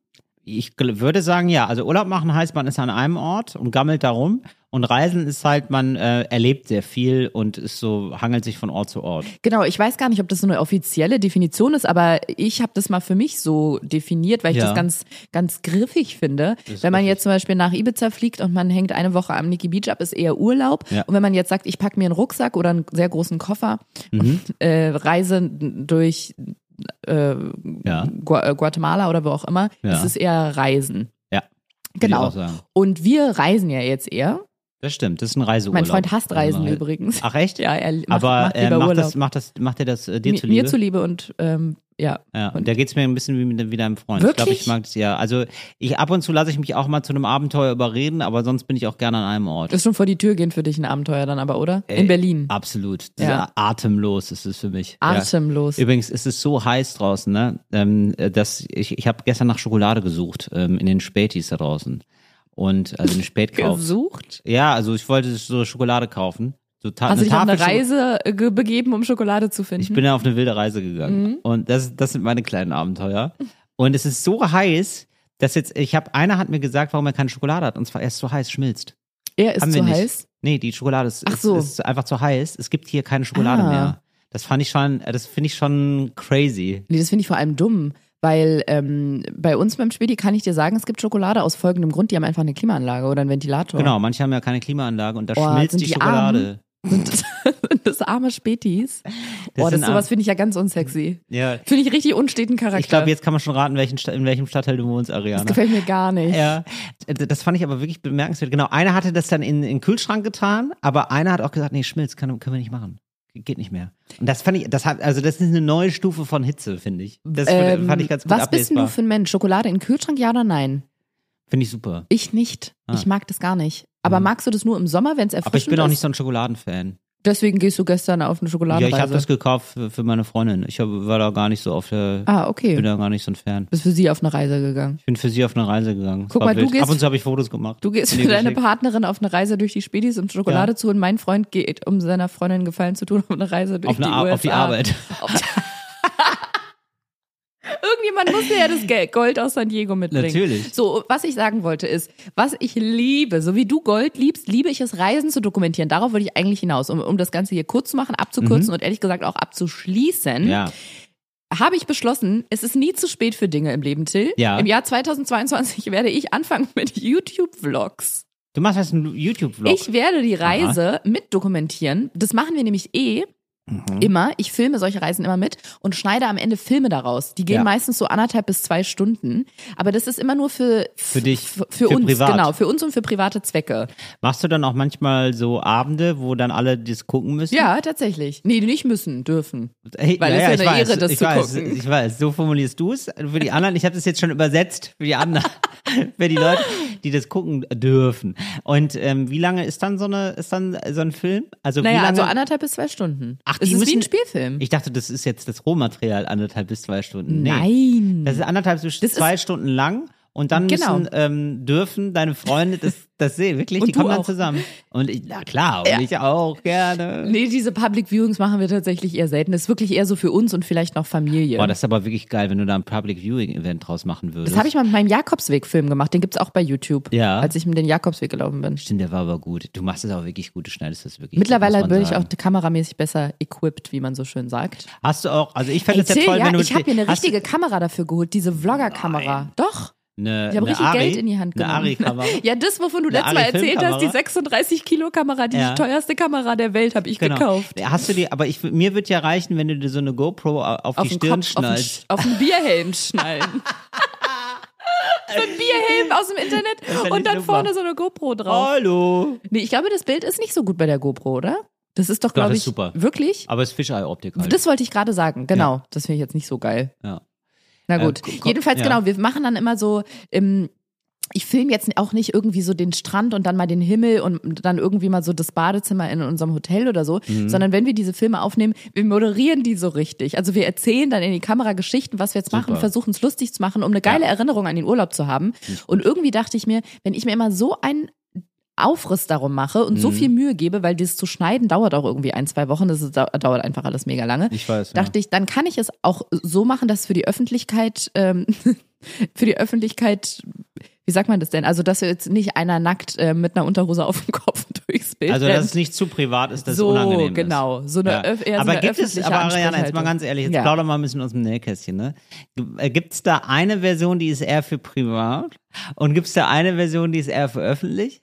S3: Ich gl- würde sagen, ja. Also Urlaub machen heißt, man ist an einem Ort und gammelt da rum. Und Reisen ist halt, man äh, erlebt sehr viel und ist so, hangelt sich von Ort zu Ort.
S2: Genau, ich weiß gar nicht, ob das so eine offizielle Definition ist, aber ich habe das mal für mich so definiert, weil ich
S3: Ja.
S2: das ganz, ganz griffig finde. Wenn man
S3: griffig.
S2: jetzt zum Beispiel nach Ibiza fliegt und man hängt eine Woche am Niki Beach ab, ist eher Urlaub.
S3: Ja.
S2: Und wenn man jetzt sagt, ich packe mir einen Rucksack oder einen sehr großen Koffer
S3: Mhm.
S2: und äh, reise durch äh,
S3: Ja.
S2: Gua- äh, Guatemala oder wo auch immer,
S3: Ja.
S2: ist es eher Reisen.
S3: Ja. Würde Ich
S2: Genau.
S3: auch sagen.
S2: Und wir reisen ja jetzt eher.
S3: Das stimmt, das ist ein Reiseurlaub.
S2: Mein Freund hasst Reisen
S3: Also,
S2: übrigens.
S3: Ach echt?
S2: Ja, er macht,
S3: Aber
S2: macht
S3: äh,
S2: lieber
S3: macht,
S2: Urlaub.
S3: das, macht, das, macht er das äh, dir
S2: Mi-
S3: zuliebe?
S2: Mir zuliebe und ähm, ja.
S3: Ja, und da geht's mir ein bisschen wie mit wie deinem Freund. Ich glaube,
S2: Wirklich?
S3: ich mag das ja. Also ich ab und zu lasse ich mich auch mal zu einem Abenteuer überreden, aber sonst bin ich auch gerne an einem Ort.
S2: Ist schon vor die Tür gehen für dich ein Abenteuer dann aber, oder?
S3: Ey,
S2: In Berlin.
S3: Absolut.
S2: Ja.
S3: Atemlos ist es für mich.
S2: Atemlos.
S3: Ja. Übrigens, es ist so heiß draußen, ne? Ähm, äh, dass ich ich habe gestern nach Schokolade gesucht ähm, in den Spätis da draußen und also in den Spätkauf.
S2: Gesucht?
S3: ja, also ich wollte so Schokolade kaufen. So ta
S2: Hast du dich auf Also eine
S3: Tafel Schoko-
S2: Reise äh, ge- begeben, um Schokolade zu finden?
S3: Ich bin ja auf eine wilde Reise gegangen.
S2: Mhm.
S3: Und das, das sind meine kleinen Abenteuer. Und es ist so heiß, dass jetzt, ich habe, einer hat mir gesagt, warum er keine Schokolade hat. Und zwar, er ist so heiß, schmilzt.
S2: Er ist
S3: Haben wir
S2: zu
S3: nicht.
S2: heiß.
S3: Nee, die Schokolade ist,
S2: Ach
S3: ist,
S2: so.
S3: ist einfach zu heiß. Es gibt hier keine Schokolade
S2: Ah.
S3: mehr. Das fand ich schon, das finde ich schon crazy.
S2: Nee, das finde ich vor allem dumm, weil ähm, bei uns beim Späti kann ich dir sagen, es gibt Schokolade aus folgendem Grund, die haben einfach eine Klimaanlage oder einen Ventilator.
S3: Genau, manche haben ja keine Klimaanlage und da
S2: Oh,
S3: schmilzt
S2: sind
S3: die
S2: die
S3: Schokolade.
S2: Sind das, sind das arme Spätis. Boah, das
S3: sind
S2: sowas
S3: arm-
S2: finde ich ja ganz unsexy.
S3: Ja.
S2: Finde ich richtig unsteten Charakter.
S3: Ich glaube, jetzt kann man schon raten, welchen, Sta- in welchem Stadtteil du wohnst,
S2: das
S3: Ariana.
S2: gefällt mir gar nicht.
S3: Ja, Äh, das fand ich aber wirklich bemerkenswert. Genau, einer hatte das dann in, in den Kühlschrank getan, aber einer hat auch gesagt, nee, Schmilz kann, können wir nicht machen. Geht nicht mehr. Und das fand ich, das hat, also das ist eine neue Stufe von Hitze, finde ich. Das
S2: Ähm,
S3: fand ich ganz gut
S2: was bist denn
S3: ablesbar.
S2: du für ein Mensch? Schokolade in den Kühlschrank, ja oder nein?
S3: Finde ich super.
S2: Ich nicht.
S3: Ah. Hm.
S2: Ich mag das gar nicht. Aber magst du das nur im Sommer, wenn es erfrischend
S3: Aber ich bin auch nicht
S2: ist?
S3: so ein Schokoladenfan.
S2: Deswegen gehst du gestern auf eine
S3: Ja,
S2: Schokoladenreise.
S3: ich habe das gekauft für, für meine Freundin. Ich hab, war da gar nicht so auf der,
S2: ah,
S3: bin
S2: okay.
S3: da gar nicht so ein Fan.
S2: Bist für sie auf eine Reise gegangen.
S3: Ich bin für sie auf eine Reise gegangen. Es
S2: Guck
S3: war
S2: mal, du
S3: wild.
S2: gehst-
S3: Ab und zu habe ich Fotos gemacht.
S2: Du gehst
S3: Nee,
S2: für deine
S3: geschickt.
S2: Partnerin auf eine Reise durch die Spätis, um Schokolade zu holen. Mein Freund geht, um seiner Freundin einen Gefallen zu tun, auf eine Reise durch
S3: auf, eine
S2: die
S3: Ar-
S2: USA.
S3: auf die Arbeit.
S2: Irgendjemand musste ja das Geld, Gold aus San Diego mitbringen.
S3: Natürlich.
S2: So, was ich sagen wollte ist, was ich liebe, so wie du Gold liebst, liebe ich es, Reisen zu dokumentieren. Darauf wollte ich eigentlich hinaus, um, um das Ganze hier kurz zu machen, abzukürzen und ehrlich gesagt auch abzuschließen.
S3: Mhm. Ja.
S2: Habe ich beschlossen, es ist nie zu spät für Dinge im Leben, Till.
S3: Ja.
S2: Im Jahr 2022 werde ich anfangen mit YouTube-Vlogs.
S3: Du machst jetzt einen YouTube-Vlog.
S2: Ich werde die Reise mit dokumentieren. Das machen wir nämlich eh.
S3: Mhm.
S2: Immer, ich filme solche Reisen immer mit und schneide am Ende Filme daraus. Die gehen
S3: Ja.
S2: meistens so anderthalb bis zwei Stunden. Aber das ist immer nur für,
S3: Für dich,
S2: für,
S3: für
S2: uns,
S3: privat.
S2: genau, für uns und für private Zwecke.
S3: Machst du dann auch manchmal so Abende, wo dann alle das gucken müssen?
S2: Ja, tatsächlich. Nee, die nicht müssen, dürfen.
S3: Hey,
S2: weil es
S3: naja,
S2: ja eine
S3: ich weiß,
S2: Ehre, das
S3: ich
S2: zu
S3: weiß,
S2: gucken.
S3: Ich weiß, so formulierst du es. Für die anderen, ich habe das jetzt schon übersetzt, für die anderen, für die Leute, die das gucken dürfen. Und ähm, wie lange ist dann so eine, ist dann so ein Film? Also wie
S2: Naja,
S3: lange?
S2: also anderthalb bis zwei Stunden.
S3: Ach,
S2: es
S3: die
S2: ist wie
S3: müssen-
S2: ein Spielfilm.
S3: ich dachte, das ist jetzt das Rohmaterial anderthalb bis zwei Stunden. Nee.
S2: Nein.
S3: Das ist anderthalb bis
S2: Das
S3: zwei Stunden lang. Und dann
S2: Genau.
S3: müssen, ähm, dürfen deine Freunde das, das sehen, wirklich,
S2: Und
S3: die
S2: du
S3: kommen dann
S2: auch.
S3: zusammen. Und ich, na klar, und
S2: Ja.
S3: ich auch gerne.
S2: Nee, diese Public Viewings machen wir tatsächlich eher selten. Das ist wirklich eher so für uns und vielleicht noch Familie.
S3: Boah, das ist aber wirklich geil, wenn du da ein Public Viewing Event draus machen würdest.
S2: Ähm. Das habe ich mal mit meinem Jakobsweg-Film gemacht. Den gibt's auch bei YouTube.
S3: Ja.
S2: Als ich mit den Jakobsweg gelaufen bin.
S3: Stimmt, der war aber gut. Du machst es auch wirklich gut, du schneidest das wirklich.
S2: Mittlerweile
S3: gut, muss
S2: bin
S3: man
S2: ich auch
S3: sagen.
S2: kameramäßig besser equipped, wie man so schön sagt.
S3: Hast du auch, also ich fände
S2: Ey,
S3: es ja
S2: Till,
S3: toll,
S2: ja,
S3: wenn du.
S2: ich habe mir eine
S3: hast du
S2: richtige Kamera dafür geholt, diese Vlogger-Kamera. Doch.
S3: Eine,
S2: Ich habe
S3: ne, eine
S2: richtig
S3: Ari,
S2: Geld in die Hand genommen.
S3: Eine Ari-Kamera.
S2: Ja, das, wovon du
S3: Eine
S2: letztes Mal erzählt
S3: Ari-Filmkamera.
S2: hast, die 36 Kilo Kamera, die
S3: Ja.
S2: teuerste Kamera der Welt, habe ich
S3: Genau.
S2: gekauft.
S3: Hast du die, aber ich, mir wird ja reichen, wenn du dir so eine GoPro au- auf,
S2: Auf den
S3: die Stirn
S2: Kopf, auf den,
S3: schnallst.
S2: Sch- auf den Bierhelm schnallen. so ein Bierhelm aus dem Internet
S3: fänd ich
S2: und dann
S3: super.
S2: vorne so eine GoPro drauf.
S3: Hallo!
S2: Nee, ich glaube, das Bild ist nicht so gut bei der GoPro, oder? Das ist doch,
S3: Doch,
S2: glaube
S3: das
S2: ich,
S3: ist super.
S2: wirklich.
S3: Aber es ist Fischei-Optik halt.
S2: Das wollte ich gerade sagen, genau. Das finde ich jetzt nicht so geil.
S3: ja.
S2: Na
S3: Äh,
S2: gut.
S3: ko- ko-
S2: Jedenfalls,
S3: ja.
S2: genau, wir machen dann immer so, ähm, ich filme jetzt auch nicht irgendwie so den Strand und dann mal den Himmel und dann irgendwie mal so das Badezimmer in unserem Hotel oder so,
S3: Mhm.
S2: sondern wenn wir diese Filme aufnehmen, wir moderieren die so richtig. Also wir erzählen dann in die Kamera Geschichten, was wir jetzt machen,
S3: Super. Mhm.
S2: versuchen es lustig zu machen, um eine geile Erinnerung an den Urlaub zu haben. Und irgendwie dachte ich mir, wenn ich mir immer so einen Aufriss darum mache und so
S3: Mhm.
S2: viel Mühe gebe, weil dieses zu schneiden dauert auch irgendwie ein, zwei Wochen, das ist, dau- dauert einfach alles mega lange.
S3: Ich weiß, ja.
S2: Dachte ich, dann kann ich es auch so machen, dass für die Öffentlichkeit, ähm, für die Öffentlichkeit, wie sagt man das denn? Also, dass jetzt nicht einer nackt äh, mit einer Unterhose auf dem Kopf durchs Bild
S3: Also, dass es
S2: rennt.
S3: nicht zu privat ist, dass
S2: so,
S3: es unangenehm ist.
S2: genau. So eine, Öff- eher so
S3: aber
S2: eine
S3: gibt es,
S2: öffentliche
S3: aber Ariana, jetzt mal
S2: Ansprechhaltung.
S3: ganz ehrlich, jetzt
S2: Ja.
S3: plauder mal ein bisschen aus dem Nähkästchen, ne? Gibt es da eine Version, die ist eher für privat? Und gibt es da eine Version, die ist eher für öffentlich?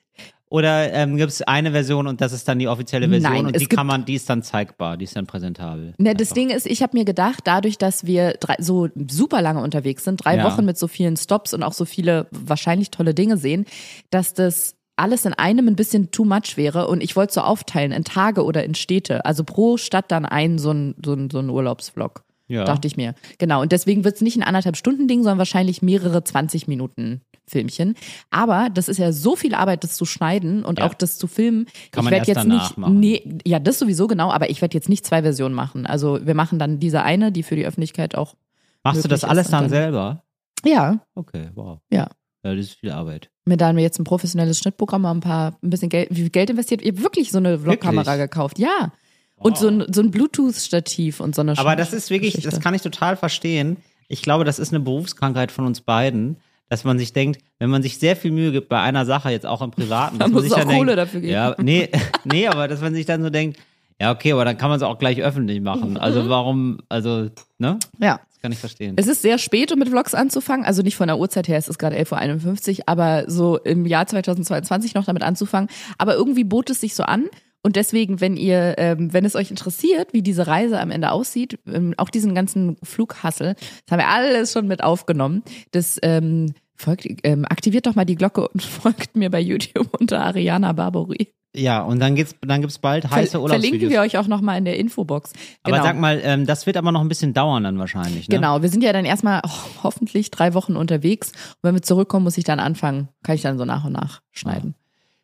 S3: Oder ähm, gibt es eine Version und das ist dann die offizielle Version
S2: Nein,
S3: und
S2: es
S3: die
S2: gibt-
S3: kann man, die ist dann zeigbar, die ist dann präsentabel.
S2: Ne, das Ding ist, ich habe mir gedacht, dadurch, dass wir drei, so super lange unterwegs sind, drei
S3: Ja.
S2: Wochen mit so vielen Stops und auch so viele wahrscheinlich tolle Dinge sehen, dass das alles in einem ein bisschen too much wäre und ich wollte so aufteilen in Tage oder in Städte. Also pro Stadt dann ein so ein, so ein, so ein Urlaubsvlog.
S3: Ja.
S2: Dachte ich mir. Genau. Und deswegen wird es nicht ein anderthalb Stunden Ding, sondern wahrscheinlich mehrere 20 Minuten Filmchen. Aber das ist ja so viel Arbeit, das zu schneiden und
S3: Ja.
S2: auch das zu filmen.
S3: Kann man
S2: ich werd
S3: erst
S2: jetzt
S3: danach
S2: nicht,
S3: machen.
S2: Nee, ja, das sowieso genau, aber ich werde jetzt nicht zwei Versionen machen. Also wir machen dann diese eine, die für die Öffentlichkeit auch.
S3: Machst du das
S2: möglich
S3: alles
S2: ist und
S3: dann,
S2: dann-
S3: selber?
S2: Ja.
S3: Okay, wow.
S2: Ja.
S3: Ja, das ist viel Arbeit.
S2: Mir da haben wir jetzt ein professionelles Schnittprogramm, haben ein paar, ein bisschen Geld, wie viel Geld investiert. Ich habe wirklich so eine Vlogkamera
S3: Wirklich?
S2: gekauft. Ja. Und so ein, so ein Bluetooth-Stativ und so eine
S3: Aber das ist wirklich,
S2: Geschichte.
S3: das kann ich total verstehen. Ich glaube, das ist eine Berufskrankheit von uns beiden, dass man sich denkt, wenn man sich sehr viel Mühe gibt bei einer Sache, jetzt auch im Privaten,
S2: Dann
S3: dass
S2: muss
S3: man sich
S2: es auch
S3: dann
S2: Kohle
S3: denkt,
S2: dafür geben.
S3: Ja, nee, nee, aber dass man sich dann so denkt, ja, okay, aber dann kann man es auch gleich öffentlich
S2: Mhm.
S3: machen. Also warum, also, ne?
S2: Ja.
S3: Das kann ich verstehen.
S2: Es ist sehr spät, um mit Vlogs anzufangen. Also nicht von der Uhrzeit her, es ist gerade 11.51 Uhr, aber so im Jahr 2022 noch damit anzufangen. Aber irgendwie bot es sich so an. Und deswegen, wenn ihr, ähm, wenn es euch interessiert, wie diese Reise am Ende aussieht, ähm, auch diesen ganzen Flughassel, das haben wir alles schon mit aufgenommen. Das ähm, folgt, ähm, aktiviert doch mal die Glocke und folgt mir bei YouTube unter Ariana Barbori.
S3: Ja, und dann geht's, dann gibt's bald heiße
S2: Verlinken
S3: Urlaubsvideos.
S2: wir euch auch noch mal in der Infobox.
S3: Aber sag mal, ähm, das wird aber noch ein bisschen dauern dann wahrscheinlich, ne?
S2: Genau, wir sind ja dann erstmal oh, hoffentlich drei Wochen unterwegs. Und wenn wir zurückkommen, muss ich dann anfangen, kann ich dann so nach und nach schneiden.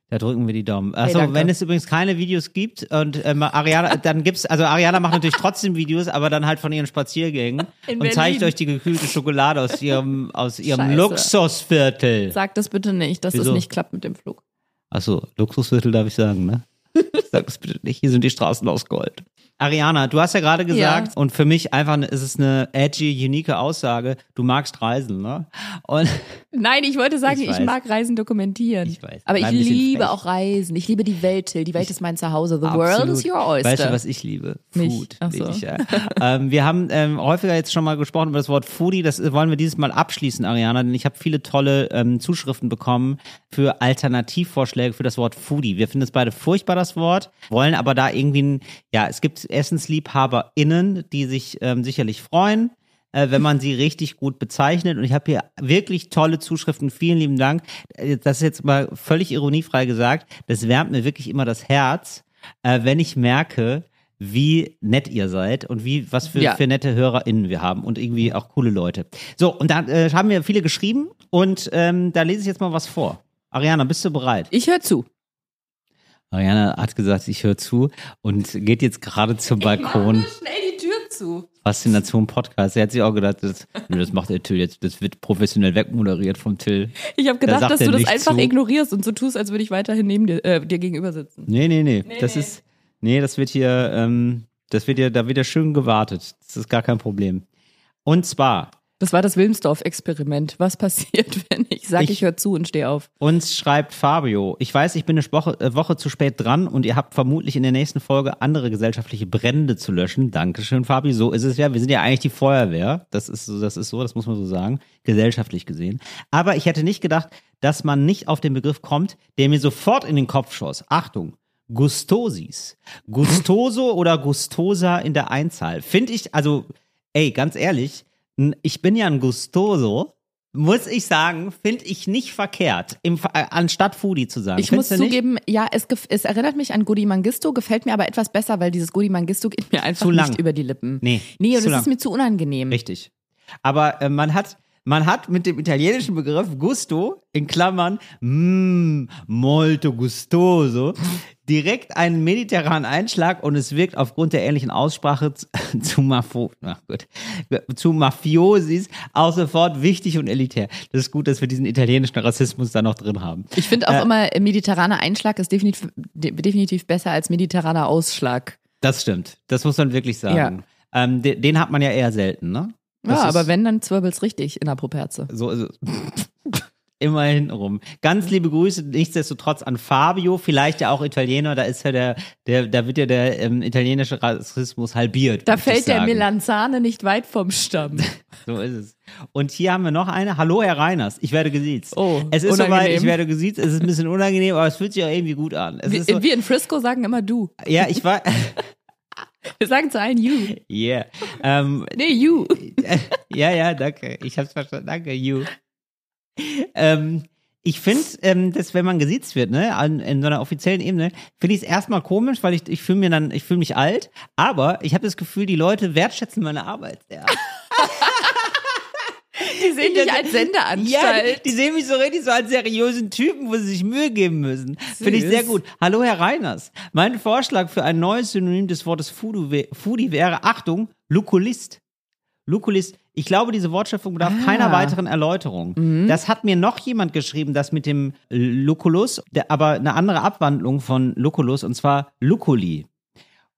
S3: Da drücken wir die Daumen. Also
S2: danke.
S3: wenn es übrigens keine Videos gibt und ähm, Ariana, dann gibt's, also Ariana macht natürlich trotzdem Videos, aber dann halt von ihren Spaziergängen
S2: In
S3: und zeigt
S2: Berlin.
S3: euch die gekühlte Schokolade aus ihrem aus ihrem
S2: Scheiße.
S3: Luxusviertel.
S2: Sag das bitte nicht, dass
S3: Wieso?
S2: es nicht klappt mit dem Flug.
S3: Achso, Luxusviertel darf ich sagen, ne? Sag es bitte nicht, hier sind die Straßen aus Gold. Ariana, du hast ja gerade gesagt, und für mich einfach eine- ist es eine edgy, unique Aussage, du magst reisen, ne? Und
S2: Nein, ich wollte sagen,
S3: Ich
S2: ich,
S3: weiß.
S2: mag Reisen dokumentieren.
S3: Ich weiß.
S2: Aber ich
S3: Bleib ein bisschen
S2: liebe
S3: frech.
S2: auch Reisen. Ich liebe die Welt, Till. Die Welt ist mein Zuhause. The world
S3: Absolut.
S2: is your oyster.
S3: Weißt du, was ich liebe?
S2: Mich.
S3: Food.
S2: Ach
S3: liebe
S2: so.
S3: ich, ja. ähm, wir haben ähm, häufiger jetzt schon mal gesprochen über das Wort Foodie. Das äh, wollen wir dieses Mal abschließen, Ariana, denn ich habe viele tolle ähm, Zuschriften bekommen für Alternativvorschläge für das Wort Foodie. Wir finden es beide furchtbar, das Wort, wollen aber da irgendwie, ein, ja, es gibt EssensliebhaberInnen, die sich ähm, sicherlich freuen äh, wenn man sie richtig gut bezeichnet. Und ich habe hier wirklich tolle Zuschriften. Vielen lieben Dank. Äh, Das ist jetzt mal völlig ironiefrei gesagt. Das wärmt mir wirklich immer das Herz, äh, wenn ich merke, wie nett ihr seid und wie was für,
S2: Ja.
S3: für nette HörerInnen wir haben und irgendwie auch coole Leute. So, und da äh, haben wir viele geschrieben und ähm, da lese ich jetzt mal was vor. Ariana, bist du bereit?
S2: ich höre zu.
S3: Ariana hat gesagt, ich höre zu und geht jetzt gerade zum Balkon.
S2: schnell die Tür zu.
S3: Faszination Podcast. Er hat sich auch gedacht, das, nö, das macht der Till jetzt, das wird professionell wegmoderiert vom Till.
S2: Ich habe
S3: Da
S2: gedacht,
S3: sagt
S2: dass
S3: er
S2: du das
S3: nicht
S2: einfach
S3: zu.
S2: ignorierst und so tust, als würde ich weiterhin neben dir, äh, dir gegenüber sitzen.
S3: Nee, nee, nee. das ist, nee, das wird hier, ähm, das wird hier, da wird ja schön gewartet. Das ist gar kein Problem. Und zwar,
S2: Das war das Wilmsdorf-Experiment. Was passiert, wenn ich sage,
S3: Ich-
S2: ich, ich höre zu und stehe auf?
S3: uns schreibt Fabio, ich weiß, ich bin eine Woche, äh, Woche zu spät dran und ihr habt vermutlich in der nächsten Folge andere gesellschaftliche Brände zu löschen. Dankeschön, Fabio. So ist es ja. Wir sind ja eigentlich die Feuerwehr. Das ist so, das ist so, das muss man so sagen, gesellschaftlich gesehen. Aber ich hätte nicht gedacht, dass man nicht auf den Begriff kommt, der mir sofort in den Kopf schoss. Achtung. Gustosis. Gustoso oder Gustosa in der Einzahl. Finde ich, also, ey, ganz ehrlich, n- ich bin ja ein Gustoso, muss ich sagen, finde ich nicht verkehrt, im, Ver- äh, anstatt Foodie zu sagen.
S2: Ich muss
S3: Findest du nicht?
S2: zugeben, ja, es, gef- es erinnert mich an Gudi Mangisto, gefällt mir aber etwas besser, weil dieses Gudi Mangisto geht mir einfach
S3: Zu lang.
S2: nicht über die Lippen.
S3: Nee,
S2: Nee, und
S3: zu
S2: es
S3: lang.
S2: ist mir zu unangenehm.
S3: Richtig. Aber äh, man hat. Man hat mit dem italienischen Begriff Gusto in Klammern mm, molto gustoso direkt einen mediterranen Einschlag und es wirkt aufgrund der ähnlichen Aussprache zu, zu, Mafo, na gut, zu Mafiosis auch sofort wichtig und elitär. Das ist gut, dass wir diesen italienischen Rassismus da noch drin haben.
S2: Ich finde auch immer, äh, mediterraner Einschlag ist definitiv, de definitiv besser als mediterraner Ausschlag.
S3: Das stimmt. Das muss man wirklich sagen. Ähm, den, den hat man ja eher selten, ne? Das
S2: Ja,
S3: ist-
S2: aber wenn, dann zwirbelt's richtig in der Properze.
S3: So ist es. Immerhin rum. Ganz liebe Grüße nichtsdestotrotz an Fabio, vielleicht ja auch Italiener, da ist ja der, der da wird ja der ähm, italienische Rassismus halbiert.
S2: Da
S3: würd ich
S2: fällt der
S3: sagen.
S2: Melanzane nicht weit vom Stamm.
S3: So ist es. Und hier haben wir noch eine. Hallo, Herr Reiners, ich werde gesiezt.
S2: Oh,
S3: es ist
S2: unangenehm.
S3: soweit, ich werde gesiezt. Es ist ein bisschen unangenehm, aber es fühlt sich auch irgendwie gut an. Es
S2: Wir,
S3: ist so,
S2: wir in Frisco sagen immer du.
S3: ja, ich war.
S2: Wir sagen zu allen you.
S3: Yeah. Ähm,
S2: Nee, you.
S3: ja, ja, danke. Ich hab's verstanden. Danke, you. Ähm, ich finde, ähm, dass wenn man gesiezt wird, ne, an, in so einer offiziellen Ebene, finde ich es erstmal komisch, weil ich, ich fühle mir dann, ich fühle mich alt, aber ich habe das Gefühl, die Leute wertschätzen meine Arbeit sehr.
S2: Die sehen dich als
S3: Ja,
S2: Sendeanstalt.
S3: die sehen mich so richtig so als seriösen Typen, wo sie sich Mühe geben müssen. Finde ich
S2: Süß.
S3: sehr gut. Hallo, Herr Reiners. Mein Vorschlag für ein neues Synonym des Wortes Fudu wä- Foodie wäre, Achtung, Lukulist. Lukulist. Ich glaube, diese Wortschöpfung bedarf keiner weiteren Erläuterung. Das hat mir noch jemand geschrieben, das mit dem Lukulus, der- aber eine andere Abwandlung von Lukulus, und zwar Lukuli.